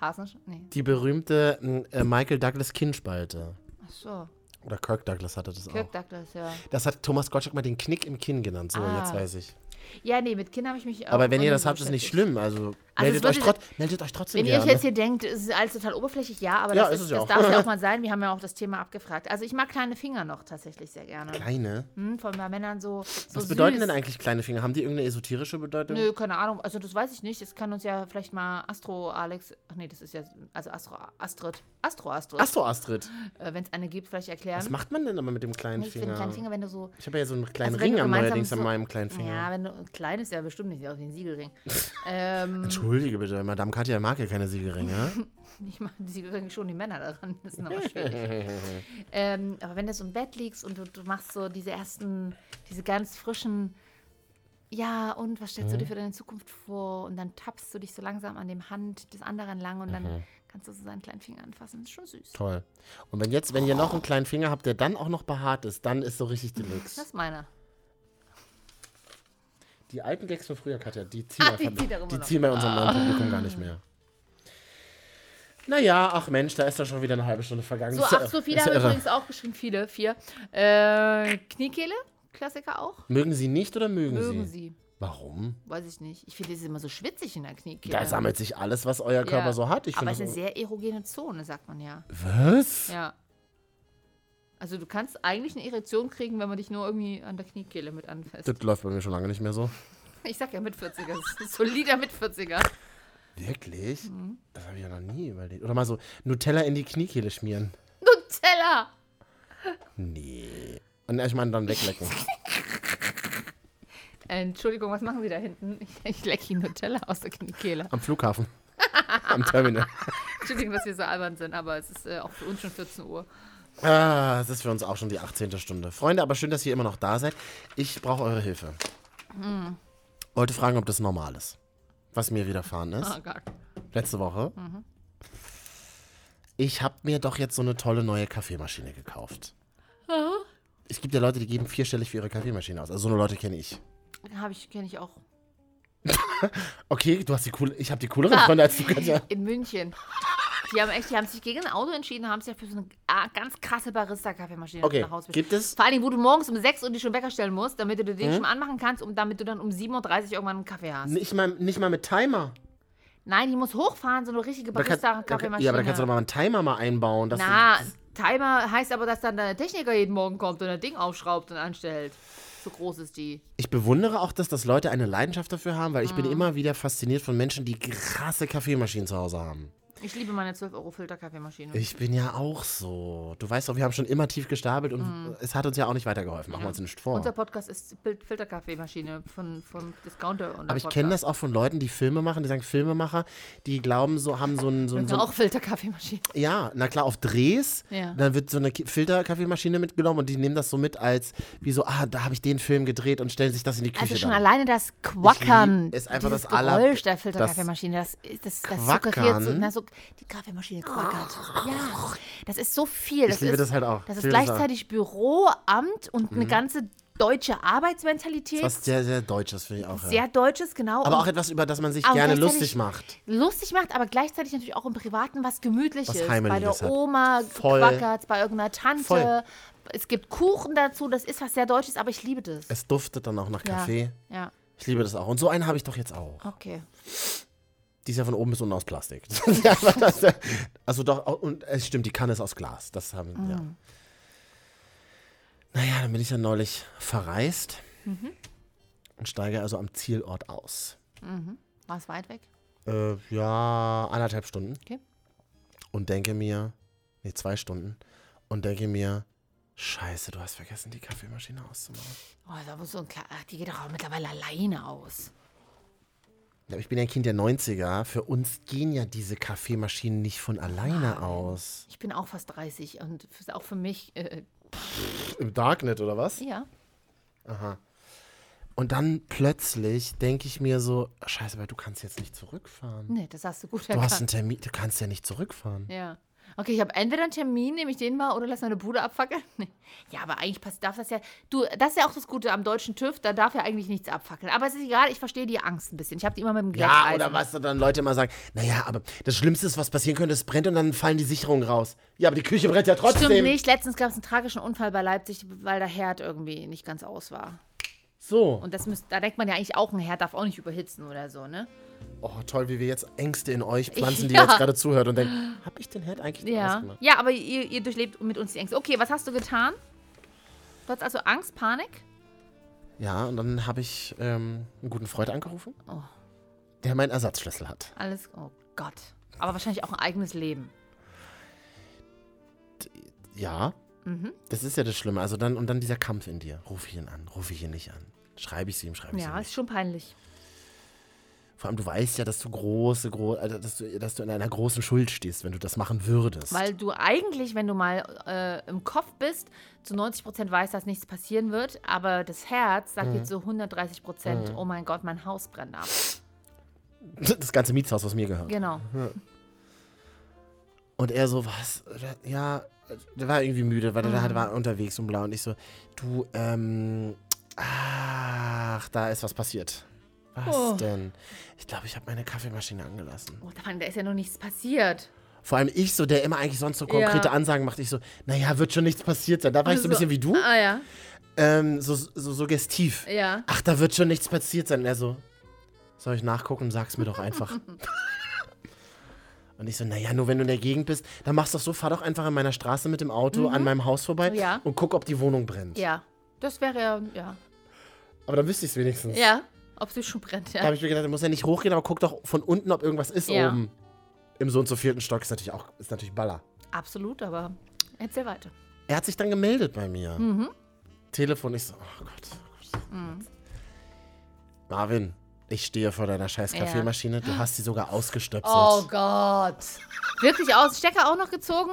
Speaker 5: Hasen? Nee,
Speaker 8: Die berühmte m, äh, Michael Douglas Kinnspalte.
Speaker 5: ach so.
Speaker 8: Oder Kirk Douglas hatte das
Speaker 5: Kirk
Speaker 8: auch.
Speaker 5: Douglas, ja.
Speaker 8: Das hat Thomas Gottschalk mal den Knick im Kinn genannt. So,
Speaker 5: Ah.
Speaker 8: jetzt weiß ich.
Speaker 5: Ja, nee, mit Kinn habe ich mich äh, auch
Speaker 8: Aber wenn ihr
Speaker 5: noch
Speaker 8: das
Speaker 5: nie
Speaker 8: habt, ist nicht
Speaker 5: beschäftigt.
Speaker 8: schlimm. Also
Speaker 5: es
Speaker 8: meldet, euch,
Speaker 5: würde-
Speaker 8: trot meldet euch trotzdem ne?
Speaker 5: Wenn ihr
Speaker 8: gerne.
Speaker 5: euch jetzt hier denkt, es ist alles total oberflächlich, ja, aber
Speaker 8: Ja, ist
Speaker 5: das,
Speaker 8: es
Speaker 5: ist,
Speaker 8: ja
Speaker 5: das
Speaker 8: auch.
Speaker 5: darf ja auch mal sein. Wir haben ja auch das Thema abgefragt. Also ich mag kleine Finger noch tatsächlich sehr gerne.
Speaker 8: Kleine?
Speaker 5: Hm, von bei Männern so, so
Speaker 8: Was bedeuten
Speaker 5: süß.
Speaker 8: denn eigentlich kleine Finger? Haben die irgendeine esoterische Bedeutung?
Speaker 5: Nö, keine Ahnung. Also das weiß ich nicht. Das kann uns ja vielleicht mal Astro Alex. Ach nee, das ist ja also Astro Astrid. Astro Astrid.
Speaker 8: Astro Astrid.
Speaker 5: äh, wenn es eine gibt, vielleicht erklären.
Speaker 8: Was macht man denn aber mit dem kleinen
Speaker 5: Nee, ich finde
Speaker 8: Finger?
Speaker 5: kleinen Finger, wenn du so.
Speaker 8: Ich habe ja so einen kleinen
Speaker 5: Also wenn
Speaker 8: Ring
Speaker 5: du
Speaker 8: am
Speaker 5: gemeinsam
Speaker 8: neuerdings an
Speaker 5: so-
Speaker 8: meinem kleinen Finger.
Speaker 5: Ja, wenn du klein ist ja bestimmt nicht sieht aus wie ein Siegelring. ähm,
Speaker 8: Entschuldige bitte, Madame Katja mag ja keine Siegelringe. ne?
Speaker 5: ich meine, die Siegelringe schon die Männer daran. Das ist nochmal schwierig. ähm, aber wenn du so im Bett liegst und du, du machst so diese ersten, diese ganz frischen. Ja, und was stellst du
Speaker 8: Mhm.
Speaker 5: dir für deine Zukunft vor? Und dann tappst du dich so langsam an dem Hand des anderen lang und dann kannst du so seinen kleinen Finger anfassen. Das ist schon süß.
Speaker 8: Mhm. Toll. Und wenn jetzt, wenn ihr noch einen kleinen Finger habt, der dann auch noch behaart ist, dann ist so richtig Deluxe.
Speaker 5: Das ist meiner.
Speaker 8: Die alten Gags von früher, Katja, die ziehen,
Speaker 5: Ah,
Speaker 8: wir von-
Speaker 5: die zieht er immer
Speaker 8: die
Speaker 5: noch. Ah.
Speaker 8: ziehen bei unserem neuen Publikum gar nicht mehr. Naja, ach Mensch, da ist doch schon wieder eine halbe Stunde vergangen.
Speaker 5: So,
Speaker 8: Ist ja-
Speaker 5: ach so, viele
Speaker 8: ist ja
Speaker 5: habe ich
Speaker 8: irre.
Speaker 5: übrigens auch geschrieben. Viele, vier. Äh, Kniekehle, Klassiker auch.
Speaker 8: Mögen sie nicht oder mögen,
Speaker 5: Mögen
Speaker 8: sie?
Speaker 5: sie.
Speaker 8: Warum?
Speaker 5: Weiß ich nicht. Ich finde, es ist immer so schwitzig in der Kniekehle.
Speaker 8: Da sammelt sich alles, was euer Körper
Speaker 5: Genau. Ja.
Speaker 8: so hat. Ich
Speaker 5: Aber
Speaker 8: finde
Speaker 5: es ist eine
Speaker 8: das
Speaker 5: sehr erogene Zone, sagt man ja.
Speaker 8: Was?
Speaker 5: Ja. Also du kannst eigentlich eine Erektion kriegen, wenn man dich nur irgendwie an der Kniekehle mit anfasst.
Speaker 8: Das läuft bei mir schon lange nicht mehr so.
Speaker 5: Ich sag ja mit 40er. Das ist ein solider mit 40er.
Speaker 8: Wirklich?
Speaker 5: Mhm.
Speaker 8: Das habe ich ja noch nie überlegt. Oder mal so Nutella in die Kniekehle schmieren.
Speaker 5: Nutella!
Speaker 8: Nee. Und ich meine, dann weglecken.
Speaker 5: Äh, Entschuldigung, was machen Sie da hinten? Ich, ich lecke Ihnen Nutella aus der Kehle.
Speaker 8: Am Flughafen. Am Terminal.
Speaker 5: Entschuldigung, dass wir so albern sind, aber es ist äh, auch für uns schon 14 Uhr.
Speaker 8: Ah, es ist für uns auch schon die 18. Stunde. Freunde, aber schön, dass ihr immer noch da seid. Ich brauche eure Hilfe.
Speaker 5: Hm.
Speaker 8: Wollte fragen, ob das normal ist, was mir widerfahren ist.
Speaker 5: Oh Gott.
Speaker 8: letzte Woche. Ich habe mir doch jetzt so eine tolle neue Kaffeemaschine gekauft. Es gibt ja Leute, die geben vierstellig für ihre Kaffeemaschine aus. Also so eine Leute kenne ich.
Speaker 5: Habe ich, kenne ich auch.
Speaker 8: Okay, du hast die coole, ich habe die cooleren Freunde als du, Katja.
Speaker 5: In München. Die haben echt, die haben sich gegen ein Auto entschieden, haben sich dafür so eine ah, ganz krasse Barista-Kaffeemaschine
Speaker 8: Okay,
Speaker 5: nach Hause bestellt.
Speaker 8: gibt es? Mhm.
Speaker 5: Vor allem, wo du morgens um 6 Uhr die schon Wecker stellen musst, damit du dir den schon anmachen kannst, um, damit du dann um 7.30 Uhr irgendwann einen Kaffee hast.
Speaker 8: Nicht mal, nicht mal mit Timer.
Speaker 5: Nein, die muss hochfahren, so eine richtige
Speaker 8: Da kann- da kann-
Speaker 5: Barista-Kaffeemaschine.
Speaker 8: ja, aber da kannst du doch mal einen Timer mal einbauen. Dass
Speaker 5: Na,
Speaker 8: du, das,
Speaker 5: Timer heißt aber, dass dann der Techniker jeden Morgen kommt und ein Ding aufschraubt und anstellt. So groß ist die.
Speaker 8: ich bewundere auch, dass das Leute eine Leidenschaft dafür haben, weil ich bin immer wieder fasziniert von Menschen, die krasse Kaffeemaschinen zu Hause haben.
Speaker 5: Ich liebe meine 12-Euro-Filter-Kaffeemaschine.
Speaker 8: Ich bin ja auch so. Du weißt doch, wir haben schon immer tief gestapelt und es hat uns ja auch nicht weitergeholfen. Machen wir uns nicht vor.
Speaker 5: Unser Podcast ist Bild- Filterkaffeemaschine von, vom Discounter. Und
Speaker 8: Aber ich kenne das auch von Leuten, die Filme machen, die sagen Filmemacher, die glauben so, haben so ein, so ein, so ein
Speaker 5: auch Filterkaffeemaschine.
Speaker 8: ja, na klar, auf Drehs,
Speaker 5: Ja.
Speaker 8: dann wird so eine Ki- Filterkaffeemaschine mitgenommen und die nehmen das so mit als, wie so, ah, da habe ich den Film gedreht und stellen sich das in die Küche
Speaker 5: Also schon
Speaker 8: dann.
Speaker 5: alleine das Quackern,
Speaker 8: ist einfach
Speaker 5: dieses
Speaker 8: das aller-
Speaker 5: Geräusch der
Speaker 8: das-
Speaker 5: Filterkaffeemaschine, das, das, das suggeriert
Speaker 8: Quackern?
Speaker 5: so, na, so, die Kaffeemaschine quackert. Ja, das ist so viel. Das
Speaker 8: liebe
Speaker 5: ist,
Speaker 8: das halt auch.
Speaker 5: Das
Speaker 8: Ich
Speaker 5: ist
Speaker 8: liebe das auch. Mhm.
Speaker 5: gleichzeitig Büroamt und eine ganze deutsche Arbeitsmentalität.
Speaker 8: Was sehr, sehr Deutsches finde ich auch. ja.
Speaker 5: sehr deutsches, genau.
Speaker 8: Aber
Speaker 5: und
Speaker 8: auch etwas, über das man sich
Speaker 5: Aber
Speaker 8: gerne
Speaker 5: gleichzeitig-
Speaker 8: lustig macht.
Speaker 5: lustig macht, aber gleichzeitig natürlich auch im Privaten was Gemütliches.
Speaker 8: Was
Speaker 5: bei
Speaker 8: Heimeliges
Speaker 5: der
Speaker 8: hat.
Speaker 5: Oma
Speaker 8: Voll.
Speaker 5: quackert, bei irgendeiner Tante.
Speaker 8: Voll.
Speaker 5: Es gibt Kuchen dazu, das ist was sehr Deutsches, aber ich liebe das.
Speaker 8: Es duftet dann auch nach Kaffee.
Speaker 5: Ja,
Speaker 8: Ich liebe das auch. Und so einen habe ich doch jetzt auch.
Speaker 5: ja. okay.
Speaker 8: Die ist ja von oben bis unten aus Plastik. Ja, aber das, äh, also doch, au- und es stimmt, die Kanne ist aus Glas. Das haben, ja. Naja, dann bin ich ja neulich verreist und steige also am Zielort aus.
Speaker 5: War es Mhm. weit weg?
Speaker 8: Äh, ja, anderthalb Stunden.
Speaker 5: Okay.
Speaker 8: Und denke mir, nee, zwei Stunden. Und denke mir, scheiße, du hast vergessen, die Kaffeemaschine auszumachen.
Speaker 5: Oh, da muss so ein Kle Ach, die geht doch auch mittlerweile alleine aus.
Speaker 8: Ja, aber ich bin ja ein Kind der 90er. Für uns gehen ja diese Kaffeemaschinen nicht von alleine aus.
Speaker 5: Ich bin auch fast 30 und f- ist auch für mich, äh,
Speaker 8: Im Darknet oder was?
Speaker 5: ja.
Speaker 8: Und dann plötzlich denke ich mir so, scheiße, aber du kannst jetzt nicht zurückfahren.
Speaker 5: Nee, das hast du gut
Speaker 8: Du hast einen
Speaker 5: erkannt.
Speaker 8: Termin, du kannst ja nicht zurückfahren.
Speaker 5: Ja. Okay, ich habe entweder einen Termin, nehme ich den mal oder lass meine Bude abfackeln. Nee. Ja, aber eigentlich passt, darf das ja. Du, das ist ja auch das Gute am deutschen TÜV, da darf ja eigentlich nichts abfackeln. Aber es ist egal, ich verstehe die Angst ein bisschen. Ich habe die immer mit dem
Speaker 8: Ja,
Speaker 5: Glätteisen.
Speaker 8: oder was dann Leute immer sagen, naja, aber das Schlimmste ist, was passieren könnte, es brennt und dann fallen die Sicherungen raus. Ja, aber die Küche brennt ja trotzdem.
Speaker 5: Stimmt nicht. Letztens gab es einen tragischen Unfall bei Leipzig, weil der Herd irgendwie nicht ganz aus war.
Speaker 8: So.
Speaker 5: Und das müsst, da denkt man ja eigentlich auch, ein Herd darf auch nicht überhitzen oder so, ne?
Speaker 8: Oh, toll, wie wir jetzt Ängste in euch pflanzen, die
Speaker 5: Ja.
Speaker 8: jetzt gerade zuhört und denken, hab ich den Herd eigentlich
Speaker 5: Ja,
Speaker 8: ausgemacht?
Speaker 5: ja aber ihr, ihr durchlebt mit uns die Ängste. Okay, was hast du getan? Du hattest also Angst, Panik?
Speaker 8: Ja, und dann habe ich ähm, einen guten Freund angerufen,
Speaker 5: Oh.
Speaker 8: der meinen Ersatzschlüssel hat.
Speaker 5: Alles, oh Gott. Aber wahrscheinlich auch ein eigenes Leben.
Speaker 8: Ja.
Speaker 5: Mhm.
Speaker 8: Das ist ja das Schlimme. Also dann, und dann dieser Kampf in dir. Rufe ich ihn an, rufe ich ihn nicht an. Schreibe ich sie ihm, schreibe ich
Speaker 5: Ja,
Speaker 8: sie
Speaker 5: ist
Speaker 8: nicht.
Speaker 5: schon peinlich.
Speaker 8: Vor allem, du weißt ja, dass du große, gro also, dass, du, dass du in einer großen Schuld stehst, wenn du das machen würdest.
Speaker 5: Weil du eigentlich, wenn du mal äh, im Kopf bist, zu 90 Prozent weißt, dass nichts passieren wird. Aber das Herz sagt jetzt so 130 Prozent, oh mein Gott, mein Haus brennt ab.
Speaker 8: das ganze Mietshaus, was mir gehört.
Speaker 5: Genau.
Speaker 8: Und er so, was? Oder- Ja, der war irgendwie müde, weil
Speaker 5: Mhm.
Speaker 8: der war unterwegs und bla. Und ich so, du, ähm, ach, da ist was passiert. Was denn? Ich glaube, ich habe meine Kaffeemaschine angelassen.
Speaker 5: Oh, da da ist ja noch nichts passiert.
Speaker 8: Vor allem ich so, der immer eigentlich sonst so konkrete
Speaker 5: Ja.
Speaker 8: Ansagen macht. Ich so, naja, wird schon nichts passiert sein. Da war ich so ein bisschen wie du,
Speaker 5: Ah ja,
Speaker 8: ähm, so, so suggestiv.
Speaker 5: ja.
Speaker 8: Ach, da wird schon nichts passiert sein. Und er so, soll ich nachgucken? Sag's mir doch einfach. Und ich so, naja, nur wenn du in der Gegend bist, dann mach's doch so, fahr doch einfach an meiner Straße mit dem Auto an meinem Haus vorbei
Speaker 5: Mhm. Ja.
Speaker 8: und guck, ob die Wohnung brennt.
Speaker 5: Ja, das wäre ja, ja.
Speaker 8: Aber dann wüsste ich's wenigstens.
Speaker 5: Ja, ob sie schon brennt,
Speaker 8: Da
Speaker 5: ja.
Speaker 8: habe ich mir gedacht, du musst ja nicht hochgehen, aber guck doch von unten, ob irgendwas ist
Speaker 5: Ja.
Speaker 8: oben. Im so und so vierten Stock ist natürlich auch, ist natürlich Baller.
Speaker 5: Absolut, aber erzähl weiter.
Speaker 8: Er hat sich dann gemeldet bei mir.
Speaker 5: Mhm.
Speaker 8: Telefon, ich so, oh Gott. Oh Gott. Marvin, ich stehe vor deiner scheiß
Speaker 5: Ja.
Speaker 8: Kaffeemaschine. Du hast sie sogar ausgestöpselt.
Speaker 5: Oh Gott. Wirklich aus. Stecker auch noch gezogen?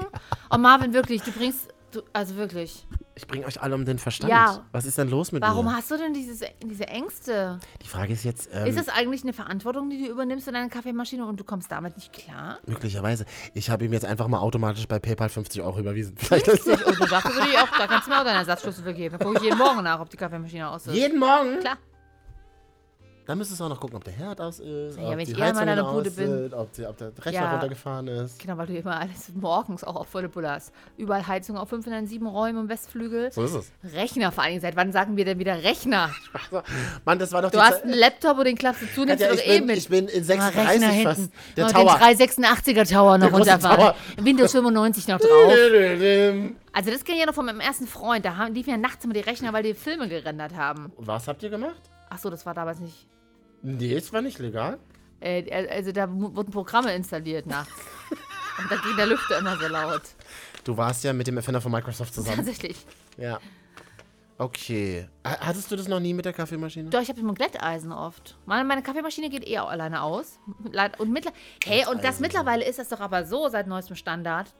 Speaker 5: Oh Marvin, wirklich, du bringst. Du, also wirklich.
Speaker 8: Ich bringe euch alle um den Verstand.
Speaker 5: Ja.
Speaker 8: Was ist denn los mit
Speaker 5: Warum
Speaker 8: mir?
Speaker 5: hast du denn dieses, diese Ängste?
Speaker 8: Die Frage ist jetzt, ähm,
Speaker 5: Ist das eigentlich eine Verantwortung, die du übernimmst in deiner Kaffeemaschine und du kommst damit nicht klar?
Speaker 8: möglicherweise, ich habe ihm jetzt einfach mal automatisch bei PayPal 50 Euro überwiesen. Vielleicht ist
Speaker 5: Oh, du dafür würde ich auch, da kannst du mir auch deinen Ersatzschlüssel geben. Da gucke ich jeden Morgen nach, ob die Kaffeemaschine aus ist.
Speaker 8: jeden Morgen.
Speaker 5: Klar.
Speaker 8: Dann müsstest du auch noch gucken, ob der Herd aus ist,
Speaker 5: Ja,
Speaker 8: ob
Speaker 5: wenn
Speaker 8: die
Speaker 5: ich eh einmal
Speaker 8: Heizungen
Speaker 5: in einer
Speaker 8: aus
Speaker 5: Bude bin.
Speaker 8: sind, ob, die, ob der Rechner
Speaker 5: Ja.
Speaker 8: runtergefahren ist.
Speaker 5: Genau, weil du immer alles morgens auch auf volle Bulle hast. Überall Heizung auf 5 in deinen 7 Räumen im Westflügel.
Speaker 8: So ist es.
Speaker 5: Rechner vor allem. Seit wann sagen wir denn wieder Rechner?
Speaker 8: Mann, das war doch
Speaker 5: Du
Speaker 8: die
Speaker 5: hast
Speaker 8: Zeit-
Speaker 5: einen Laptop und den klappst du zu, nimmst
Speaker 8: Katja,
Speaker 5: du
Speaker 8: ich,
Speaker 5: doch eh
Speaker 8: bin,
Speaker 5: mit.
Speaker 8: ich bin in
Speaker 5: Mal
Speaker 8: 36
Speaker 5: Rechner
Speaker 8: fast.
Speaker 5: hinten.
Speaker 8: Der
Speaker 5: Mal
Speaker 8: Tower.
Speaker 5: Den 386er Tower noch
Speaker 8: Der große
Speaker 5: runterfahren.
Speaker 8: Tower.
Speaker 5: Windows 95 noch drauf.
Speaker 8: Dödödödöm.
Speaker 5: Also das kenne ich ja noch von meinem ersten Freund. Da haben, liefen ja nachts immer die Rechner, weil die Filme gerendert haben.
Speaker 8: Was habt ihr gemacht?
Speaker 5: Achso, das war damals nicht.
Speaker 8: Nee, es war nicht legal.
Speaker 5: Äh, also da mu- wurden Programme installiert nachts. Und da ging der Lüfter immer so laut.
Speaker 8: Du warst ja mit dem Erfinder von Microsoft zusammen.
Speaker 5: Tatsächlich.
Speaker 8: ja. Okay. Ha- Hattest du das noch nie mit der Kaffeemaschine?
Speaker 5: Doch, ich habe immer ein Glätteisen oft. Meine, meine Kaffeemaschine geht eh auch alleine aus. Leid- Und mittler hey, und das mittlerweile ist das doch aber so seit neuestem Standard.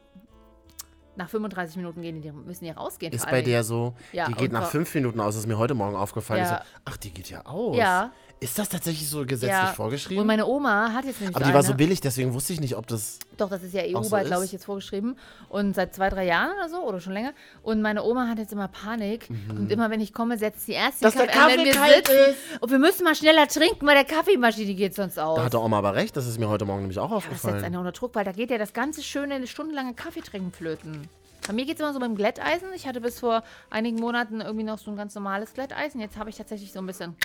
Speaker 5: Nach 35 Minuten gehen die, müssen die rausgehen.
Speaker 8: Ist
Speaker 5: vor
Speaker 8: bei
Speaker 5: allen
Speaker 8: der so,
Speaker 5: Ja,
Speaker 8: die geht
Speaker 5: und
Speaker 8: nach
Speaker 5: wa-
Speaker 8: fünf Minuten aus, ist mir heute Morgen aufgefallen. Ich
Speaker 5: Ja.
Speaker 8: so, ach, die geht ja aus.
Speaker 5: Ja.
Speaker 8: Ist das tatsächlich so gesetzlich
Speaker 5: Und
Speaker 8: vorgeschrieben?
Speaker 5: meine Oma hat jetzt nämlich
Speaker 8: Aber
Speaker 5: so
Speaker 8: die war
Speaker 5: eine.
Speaker 8: so billig, deswegen wusste ich nicht, ob das.
Speaker 5: Doch, das ist ja
Speaker 8: Auch so
Speaker 5: EU-weit, glaube
Speaker 8: ist.
Speaker 5: ich, jetzt vorgeschrieben. Und seit zwei, drei Jahren oder so, oder schon länger. Und meine Oma hat jetzt immer Panik. Und immer, wenn ich komme, setzt sie erst den
Speaker 8: Mhm. Dass der
Speaker 5: Kaffee an, wenn
Speaker 8: Kaffee
Speaker 5: wir
Speaker 8: kalt
Speaker 5: sitzen.
Speaker 8: ist.
Speaker 5: Und wir müssen mal schneller trinken, weil der Kaffeemaschine geht sonst aus.
Speaker 8: Da hatte Oma aber recht, das ist mir heute Morgen nämlich auch
Speaker 5: Ja, das setzt
Speaker 8: aufgefallen.
Speaker 5: einer unter Druck, weil da geht ja das ganze schöne, stundenlange Kaffeetrinken flöten. Bei mir geht es immer so mit dem Glätteisen. Ich hatte bis vor einigen Monaten irgendwie noch so ein ganz normales Glätteisen. Jetzt habe ich tatsächlich so ein bisschen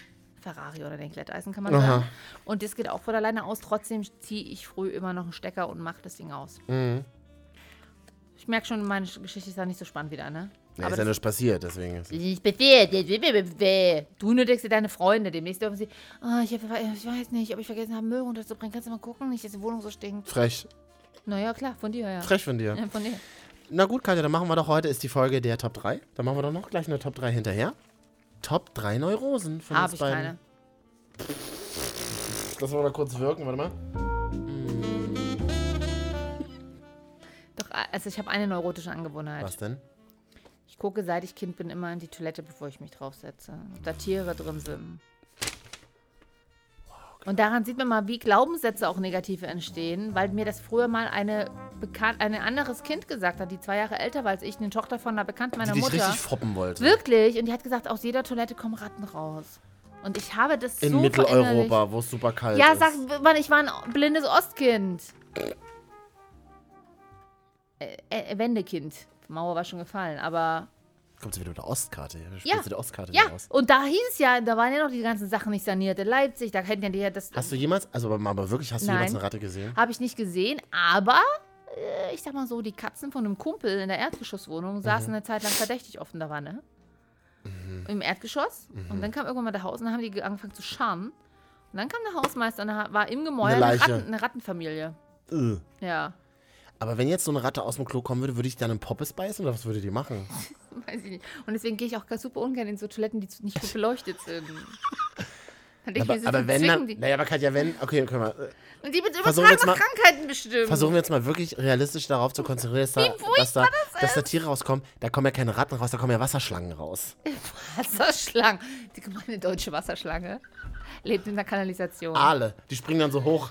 Speaker 5: Ferrari oder den Glätteisen, kann man
Speaker 8: Aha.
Speaker 5: sagen. Und das geht auch von alleine aus. Trotzdem ziehe ich früh immer noch einen Stecker und mache das Ding aus. Ich merke schon, meine Geschichte ist da nicht so spannend wieder, ne?
Speaker 8: Ja, ist ja nichts passiert, deswegen. Ist
Speaker 5: Ich befehle. Du nötigst dir deine Freunde. Demnächst dürfen sie. Ah, ich, hab, ich weiß nicht, ob ich vergessen habe, Müll runterzubringen. Kannst du mal gucken, nicht, dass die Wohnung so stinkt.
Speaker 8: frech.
Speaker 5: Naja, klar, von dir, ja.
Speaker 8: Frech von dir.
Speaker 5: Ja, von dir.
Speaker 8: Na gut, Katja, dann machen wir doch heute ist die Folge der Top 3. Dann machen wir doch noch gleich eine Top 3 hinterher. Top 3 Neurosen von
Speaker 5: Habe
Speaker 8: uns
Speaker 5: ich
Speaker 8: beiden.
Speaker 5: keine.
Speaker 8: Lass mal da kurz wirken, warte mal.
Speaker 5: Doch, also ich habe eine neurotische Angewohnheit.
Speaker 8: Was denn?
Speaker 5: Ich gucke, seit ich Kind bin, immer in die Toilette, bevor ich mich draufsetze. Ob da Tiere drin sind. Und daran sieht man mal, wie Glaubenssätze auch negative entstehen, weil mir das früher mal eine bekannt, ein anderes Kind gesagt hat, die zwei Jahre älter war als ich, eine Tochter von einer Bekannten meiner
Speaker 8: Die dich
Speaker 5: Mutter.
Speaker 8: richtig foppen wollte.
Speaker 5: Wirklich. Und die hat gesagt, aus jeder Toilette kommen Ratten raus. Und ich habe das
Speaker 8: In
Speaker 5: so verinnerlicht.
Speaker 8: Mitteleuropa, wo es super kalt
Speaker 5: Ja,
Speaker 8: ist.
Speaker 5: sag mal, ich war ein blindes Ostkind. Äh, äh, Wendekind. Mauer war schon gefallen, aber
Speaker 8: Kommt sie wieder mit der Ostkarte. Spielst
Speaker 5: Ja.
Speaker 8: du die Ostkarte
Speaker 5: ja,
Speaker 8: wieder aus?
Speaker 5: und da hieß es ja, da waren ja noch die ganzen Sachen nicht saniert. In Leipzig, da hätten ja die ja das.
Speaker 8: Hast du jemals, also aber, aber wirklich, hast du
Speaker 5: Nein.
Speaker 8: jemals eine Ratte gesehen?
Speaker 5: Habe ich nicht gesehen, aber äh, ich sag mal so, die Katzen von einem Kumpel in der Erdgeschosswohnung
Speaker 8: Mhm.
Speaker 5: saßen eine Zeit lang verdächtig oft in der Wanne. ne? Im Erdgeschoss. Und
Speaker 8: Mhm.
Speaker 5: dann kam irgendwann mal der Haus und dann haben die ge- angefangen zu scharren. Und dann kam der Hausmeister und da ha- war im Gemäuer
Speaker 8: Eine
Speaker 5: eine,
Speaker 8: Leiche.
Speaker 5: Ratten, eine Rattenfamilie.
Speaker 8: Äh.
Speaker 5: Ja,
Speaker 8: Aber wenn jetzt so eine Ratte aus dem Klo kommen würde, würde ich dann einen Poppes beißen oder was würde die machen?
Speaker 5: weiß ich nicht. Und deswegen gehe ich auch ganz super ungern in so Toiletten, die zu- nicht gut beleuchtet sind. Dann denke ich
Speaker 8: aber
Speaker 5: mir so,
Speaker 8: aber
Speaker 5: die
Speaker 8: wenn
Speaker 5: zwingen
Speaker 8: dann.
Speaker 5: die.
Speaker 8: Naja, aber Katja, wenn. Okay, können wir. äh,
Speaker 5: Und die mit
Speaker 8: Versuchen wir jetzt
Speaker 5: übertragenen
Speaker 8: mal-
Speaker 5: Krankheiten bestimmen.
Speaker 8: Versuchen wir jetzt mal wirklich realistisch darauf zu konzentrieren, dass da, dass da, dass da Tiere rauskommen. Da kommen ja keine Ratten raus, da kommen ja Wasserschlangen raus.
Speaker 5: Wasserschlange. Die gemeine deutsche Wasserschlange lebt in der Kanalisation.
Speaker 8: Aale, die springen dann so hoch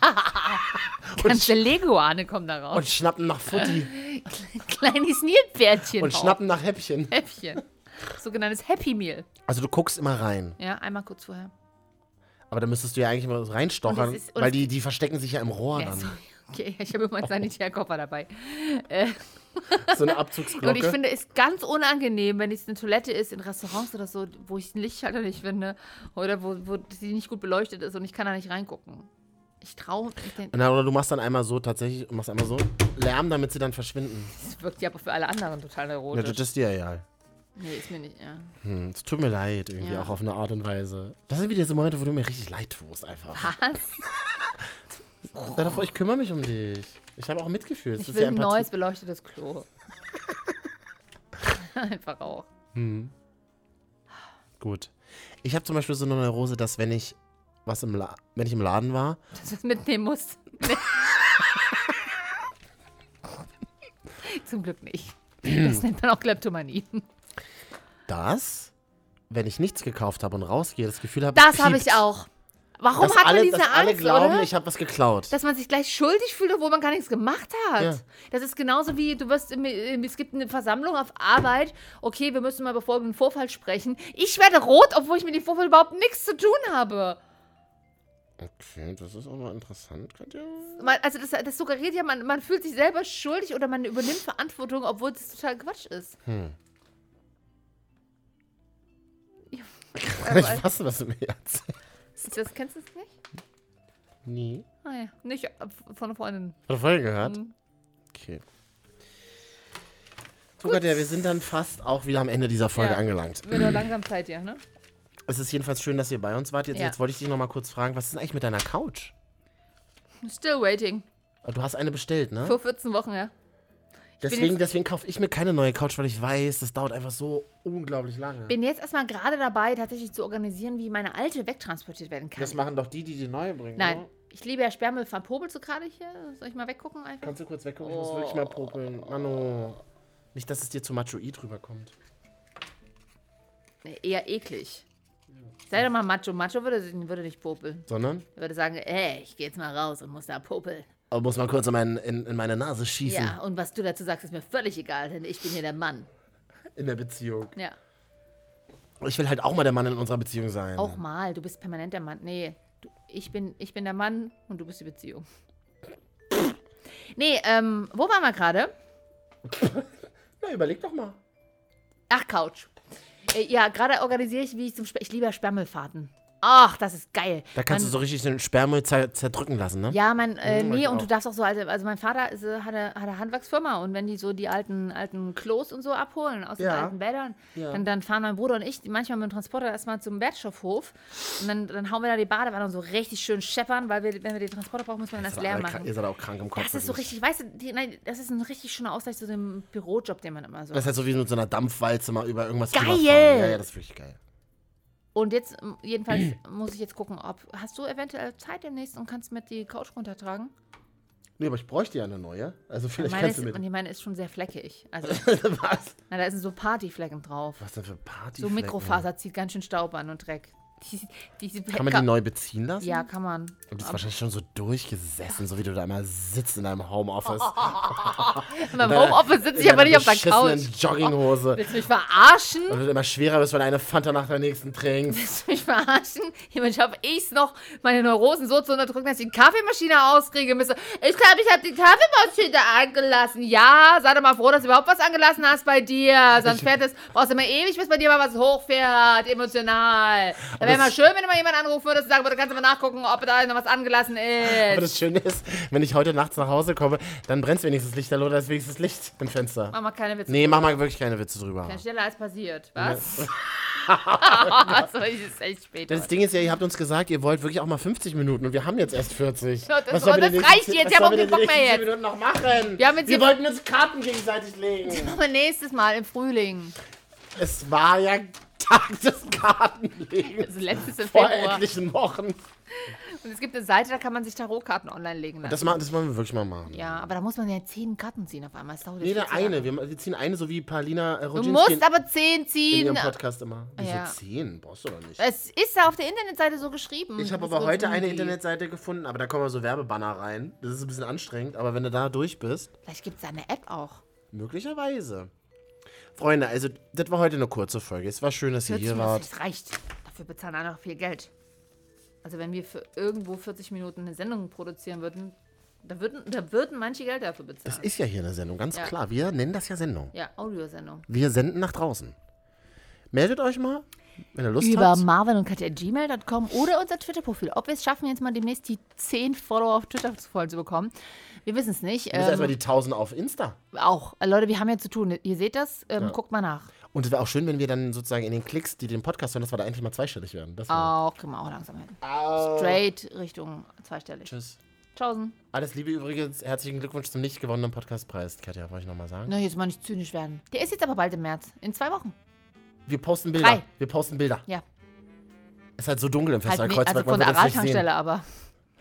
Speaker 5: Ganze Leguane kommen da raus.
Speaker 8: und schnappen nach Futti
Speaker 5: Kleines Nilpferdchen.
Speaker 8: und
Speaker 5: auch.
Speaker 8: schnappen nach Häppchen.
Speaker 5: Häppchen. Sogenanntes Happy Meal.
Speaker 8: Also du guckst immer rein.
Speaker 5: Ja, einmal kurz vorher.
Speaker 8: Aber da müsstest du ja eigentlich mal
Speaker 5: Und
Speaker 8: reinstochern,
Speaker 5: es ist- und
Speaker 8: weil
Speaker 5: es-
Speaker 8: die, die verstecken sich ja im Rohr
Speaker 5: Ja,
Speaker 8: dann.
Speaker 5: so, okay, ich habe
Speaker 8: Oh.
Speaker 5: immer einen Sanitärkoffer dabei.
Speaker 8: So eine
Speaker 5: Und ich
Speaker 8: Abzugsglocke.
Speaker 5: finde es ganz unangenehm, wenn es eine Toilette ist in Restaurants oder so, wo ich den Lichtschalter nicht finde oder wo, wo sie nicht gut beleuchtet ist und ich kann da nicht reingucken. Ich traue mich den.
Speaker 8: Na, oder du machst dann einmal so tatsächlich, machst einmal so Lärm, damit sie dann verschwinden.
Speaker 5: Das wirkt ja aber für alle anderen total
Speaker 8: Ja,
Speaker 5: erotisch.
Speaker 8: das ist dir ja.
Speaker 5: nee, ist mir nicht. Ja.
Speaker 8: Hm, es tut mir leid, irgendwie
Speaker 5: Ja.
Speaker 8: auch auf eine Art und Weise. Das sind wieder diese Momente, wo du mir richtig leid tust, einfach.
Speaker 5: Was?
Speaker 8: Sei doch froh, ich kümmere mich um dich. Ich habe auch Mitgefühl. Es
Speaker 5: Ich
Speaker 8: ist
Speaker 5: will
Speaker 8: ja
Speaker 5: ein
Speaker 8: Empathie.
Speaker 5: neues beleuchtetes Klo. Einfach auch.
Speaker 8: Gut. Ich habe zum Beispiel so eine Neurose, dass wenn ich was im La wenn ich im Laden war,
Speaker 5: Dass du es mitnehmen musst. Zum Glück nicht. Das nennt man auch Kleptomanie.
Speaker 8: dass wenn ich nichts gekauft habe und rausgehe, das Gefühl habe,
Speaker 5: Das
Speaker 8: es
Speaker 5: habe
Speaker 8: piept.
Speaker 5: ich auch. Warum
Speaker 8: dass
Speaker 5: hat man
Speaker 8: alle,
Speaker 5: diese
Speaker 8: dass
Speaker 5: Angst,
Speaker 8: alle glauben,
Speaker 5: oder?
Speaker 8: ich habe was geklaut.
Speaker 5: dass man sich gleich schuldig fühlt, obwohl man gar nichts gemacht hat.
Speaker 8: Ja.
Speaker 5: Das ist genauso wie, du wirst, im- im- es gibt eine Versammlung auf Arbeit, okay, wir müssen mal bevor wir über den Vorfall sprechen. Ich werde rot, obwohl ich mit dem Vorfall überhaupt nichts zu tun habe.
Speaker 8: Okay, das ist aber interessant, Katja.
Speaker 5: Man, also das, das suggeriert ja, man, man fühlt sich selber schuldig oder man übernimmt Verantwortung, obwohl das total Quatsch ist.
Speaker 8: Ich fasse was im Herz.
Speaker 5: Das kennst du nicht?
Speaker 8: Nie.
Speaker 5: Ah ja, nicht äh, von einer Freundin. Hm,
Speaker 8: Hat er vorher gehört? Okay. So, Katja, wir sind dann fast auch wieder am Ende dieser Folge
Speaker 5: Ja.
Speaker 8: angelangt.
Speaker 5: Wird doch langsam Zeit, ja, ne?
Speaker 8: Es ist jedenfalls schön, dass ihr bei uns wart. Jetzt,
Speaker 5: Ja.
Speaker 8: jetzt wollte ich dich noch mal kurz fragen, was ist denn eigentlich mit deiner Couch?
Speaker 5: Still waiting.
Speaker 8: Du hast eine bestellt, ne?
Speaker 5: Vor 14 Wochen, ja.
Speaker 8: Deswegen, deswegen kaufe ich mir keine neue Couch, weil ich weiß, das dauert einfach so unglaublich lange.
Speaker 5: Bin jetzt erstmal gerade dabei, tatsächlich zu organisieren, wie meine alte wegtransportiert werden kann.
Speaker 8: Das machen doch die, die die neue bringen.
Speaker 5: Nein,
Speaker 8: Oder?
Speaker 5: ich liebe ja Sperrmüll. Verpobelst du gerade hier? Soll ich mal weggucken einfach?
Speaker 8: Kannst du kurz weggucken? Ich muss wirklich
Speaker 5: Oh.
Speaker 8: mal popeln. Manu. Nicht, dass es dir zu machoid rüberkommt.
Speaker 5: Nee, eher eklig. Sei doch mal macho. Macho würde, würde nicht popeln.
Speaker 8: Sondern?
Speaker 5: Er würde sagen, ey, ich geh jetzt mal raus und muss da popeln.
Speaker 8: Aber muss man kurz in, meinen, in, in meine Nase schießen.
Speaker 5: Ja, und was du dazu sagst, ist mir völlig egal, denn ich bin hier der Mann.
Speaker 8: In der Beziehung.
Speaker 5: Ja,
Speaker 8: Ich will halt auch mal der Mann in unserer Beziehung sein.
Speaker 5: auch mal. Du bist permanent der Mann. Nee, du, ich, bin, ich bin der Mann und du bist die Beziehung. Nee, ähm, wo waren wir gerade?
Speaker 8: Na, überleg doch mal.
Speaker 5: Ach, Couch. Äh, ja, gerade organisiere ich, wie ich zum Spe Ich liebe ja Sperrmüllfahrten. Ach, das ist geil.
Speaker 8: Da kannst
Speaker 5: Man-
Speaker 8: du so richtig den Sperrmüll zer zerdrücken lassen, ne?
Speaker 5: Ja, mein, äh,
Speaker 8: Mhm,
Speaker 5: nee,
Speaker 8: ich
Speaker 5: und
Speaker 8: auch.
Speaker 5: du darfst auch so alte, also mein Vater ist, äh, hat, eine, hat eine Handwerksfirma und wenn die so die alten, alten Klos und so abholen aus den
Speaker 8: Ja.
Speaker 5: alten Bädern, dann, dann fahren mein Bruder und ich manchmal mit dem Transporter erstmal zum Wertstoffhof und dann, dann hauen wir da die Badewanne und so richtig schön scheppern, weil wir, wenn wir den Transporter brauchen, müssen wir das
Speaker 8: Seid
Speaker 5: leer
Speaker 8: alle krank- Ihr
Speaker 5: machen.
Speaker 8: seid auch krank im Kopf.
Speaker 5: Das ist so
Speaker 8: wirklich.
Speaker 5: richtig, weißt du, die, nein, das ist ein richtig schöner Ausgleich zu dem Bürojob, den man immer so
Speaker 8: Das ist halt so wie mit so einer Dampfwalze mal über irgendwas
Speaker 5: Geil!
Speaker 8: drüber fahren. Ja, ja, das ist wirklich geil.
Speaker 5: Und jetzt, ähm, jedenfalls, muss ich jetzt gucken, ob. Hast du eventuell Zeit demnächst und kannst mit die Couch runtertragen?
Speaker 8: Nee, aber ich bräuchte ja eine neue. Also vielleicht
Speaker 5: meine
Speaker 8: kannst
Speaker 5: ist,
Speaker 8: du
Speaker 5: und
Speaker 8: mit.
Speaker 5: ich meine, ist schon sehr fleckig. Also,
Speaker 8: Was?
Speaker 5: na, da sind so Partyflecken drauf.
Speaker 8: Was denn für Party?
Speaker 5: So Mikrofaser zieht ganz schön Staub an und Dreck. Die, die, die,
Speaker 8: Kann man die neu beziehen lassen?
Speaker 5: Ja, kann man.
Speaker 8: Und die ist wahrscheinlich schon so durchgesessen, so wie du da immer sitzt in deinem Homeoffice.
Speaker 5: Oh, Beim Homeoffice sitze ich aber nicht auf der Couch. Oh.
Speaker 8: Jogginghose.
Speaker 5: Willst du mich verarschen?
Speaker 8: Und wird immer schwerer, bis man eine Fanta nach der nächsten trinkt.
Speaker 5: Willst du mich verarschen? Jemand schafft ich's noch, meine Neurosen so zu unterdrücken, dass ich die Kaffeemaschine auskriege müsste. Ich glaube, ich habe die Kaffeemaschine angelassen. Ja, sei doch mal froh, dass du überhaupt was angelassen hast bei dir. Sonst fährt es, brauchst du immer ewig, bis bei dir mal was hochfährt, emotional. Da wäre
Speaker 8: Aber
Speaker 5: mal
Speaker 8: es-
Speaker 5: schön, wenn du mal jemand anrufen würdest und sagen würdest, kannst du mal nachgucken, ob da noch was angelassen
Speaker 8: Aber
Speaker 5: ist.
Speaker 8: das Schöne ist, wenn ich heute nachts nach Hause komme, dann brennt wenigstens das Licht, dann ist wenigstens Licht im Fenster.
Speaker 5: Mach mal keine Witze.
Speaker 8: Nee, mach mal wirklich keine Witze drüber.
Speaker 5: Schneller als passiert, was? so ist echt spät.
Speaker 8: Das
Speaker 5: heute.
Speaker 8: Ding ist ja, ihr habt uns gesagt, ihr wollt wirklich auch mal 50 Minuten und wir haben jetzt erst 40.
Speaker 5: Ja, das-
Speaker 8: sollen
Speaker 5: das
Speaker 8: wir die nächsten
Speaker 5: reicht
Speaker 8: zehn-
Speaker 5: jetzt,
Speaker 8: was
Speaker 5: ich hab
Speaker 8: sollen
Speaker 5: auch keinen Bock
Speaker 8: wir die
Speaker 5: mehr
Speaker 8: nächsten zehn
Speaker 5: jetzt.
Speaker 8: Minuten noch machen?
Speaker 5: Wir haben jetzt
Speaker 8: wir
Speaker 5: hier-
Speaker 8: wollten uns Karten gegenseitig legen.
Speaker 5: Machen wir nächstes Mal im Frühling.
Speaker 8: Es war ja Tag des Kartenlegens
Speaker 5: Das letztes im
Speaker 8: vor
Speaker 5: Februar.
Speaker 8: etlichen Wochen.
Speaker 5: Und es gibt eine Seite, da kann man sich Tarotkarten online legen lassen.
Speaker 8: Das, ma das wollen wir wirklich mal machen.
Speaker 5: ja, aber da muss man ja zehn Karten ziehen auf einmal. Das dauert jetzt
Speaker 8: Jeder
Speaker 5: viel zu lange.
Speaker 8: eine. Wir, wir ziehen eine, so wie Paulina äh,
Speaker 5: Du
Speaker 8: Rodzinski in,
Speaker 5: musst aber zehn
Speaker 8: in
Speaker 5: ziehen.
Speaker 8: ihrem Podcast immer. Wieso
Speaker 5: Ja.
Speaker 8: 10? Brauchst du doch nicht.
Speaker 5: Es ist ja auf der Internetseite so geschrieben.
Speaker 8: Ich habe
Speaker 5: Hm, Das
Speaker 8: aber
Speaker 5: wird
Speaker 8: heute eine
Speaker 5: irgendwie-
Speaker 8: Internetseite gefunden, aber da kommen immer so Werbebanner rein. Das ist ein bisschen anstrengend, aber wenn du da durch bist,
Speaker 5: Vielleicht gibt es da eine App auch.
Speaker 8: möglicherweise. Freunde, also das war heute eine kurze Folge. Es war schön, dass ihr
Speaker 5: 40
Speaker 8: hier
Speaker 5: Minuten,
Speaker 8: wart.
Speaker 5: das reicht. Dafür bezahlen alle noch viel Geld. Also wenn wir für irgendwo 40 Minuten eine Sendung produzieren würden, da würden, da würden manche Geld dafür
Speaker 8: Das
Speaker 5: bezahlen.
Speaker 8: ist ja hier eine Sendung, ganz
Speaker 5: Ja.
Speaker 8: klar. Wir nennen das ja Sendung.
Speaker 5: Ja, Audiosendung.
Speaker 8: Wir senden nach draußen. Meldet euch mal, wenn ihr Lust
Speaker 5: über
Speaker 8: habt.
Speaker 5: marvin und katja.gmail.com oder unser Twitter-Profil. Ob wir es schaffen, jetzt mal demnächst die 10 Follower auf Twitter voll zu bekommen. Wir wissen es nicht.
Speaker 8: Wir müssen erstmal
Speaker 5: Ähm,
Speaker 8: die 1000 auf Insta.
Speaker 5: auch. Äh, Leute, wir haben ja zu tun. Ihr seht das. Ähm, Guckt mal nach.
Speaker 8: Und es wäre auch schön, wenn wir dann sozusagen in den Klicks, die den Podcast hören, dass wir da
Speaker 5: Ah.
Speaker 8: endlich mal zweistellig werden. Das wär-
Speaker 5: Auch, kriegen wir auch langsam hin. Straight Richtung zweistellig.
Speaker 8: Tschüss.
Speaker 5: Tschaußen.
Speaker 8: Alles Liebe übrigens. Herzlichen Glückwunsch zum nicht gewonnenen Podcastpreis, Katja, wollte ich nochmal sagen.
Speaker 5: Na, jetzt mal nicht zynisch werden. Der ist jetzt aber bald im März. In zwei Wochen.
Speaker 8: Wir posten Bilder.
Speaker 5: Drei.
Speaker 8: Wir posten Bilder.
Speaker 5: Ja.
Speaker 8: Es ist halt so dunkel im
Speaker 5: Halt,
Speaker 8: Festival
Speaker 5: nee, also
Speaker 8: Kreuzberg,
Speaker 5: von der
Speaker 8: man wird das nicht sehen.
Speaker 5: Aral-Tankstelle, aber.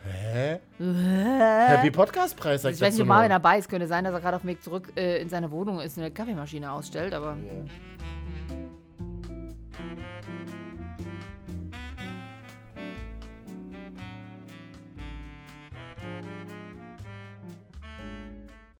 Speaker 8: Hä? Happy Podcastpreis, sagt
Speaker 5: Ich weiß nicht,
Speaker 8: dazu
Speaker 5: ob Marvin
Speaker 8: nur.
Speaker 5: dabei ist. Könnte sein, dass er gerade auf dem Weg zurück äh, in seine Wohnung ist und eine Kaffeemaschine ausstellt, aber.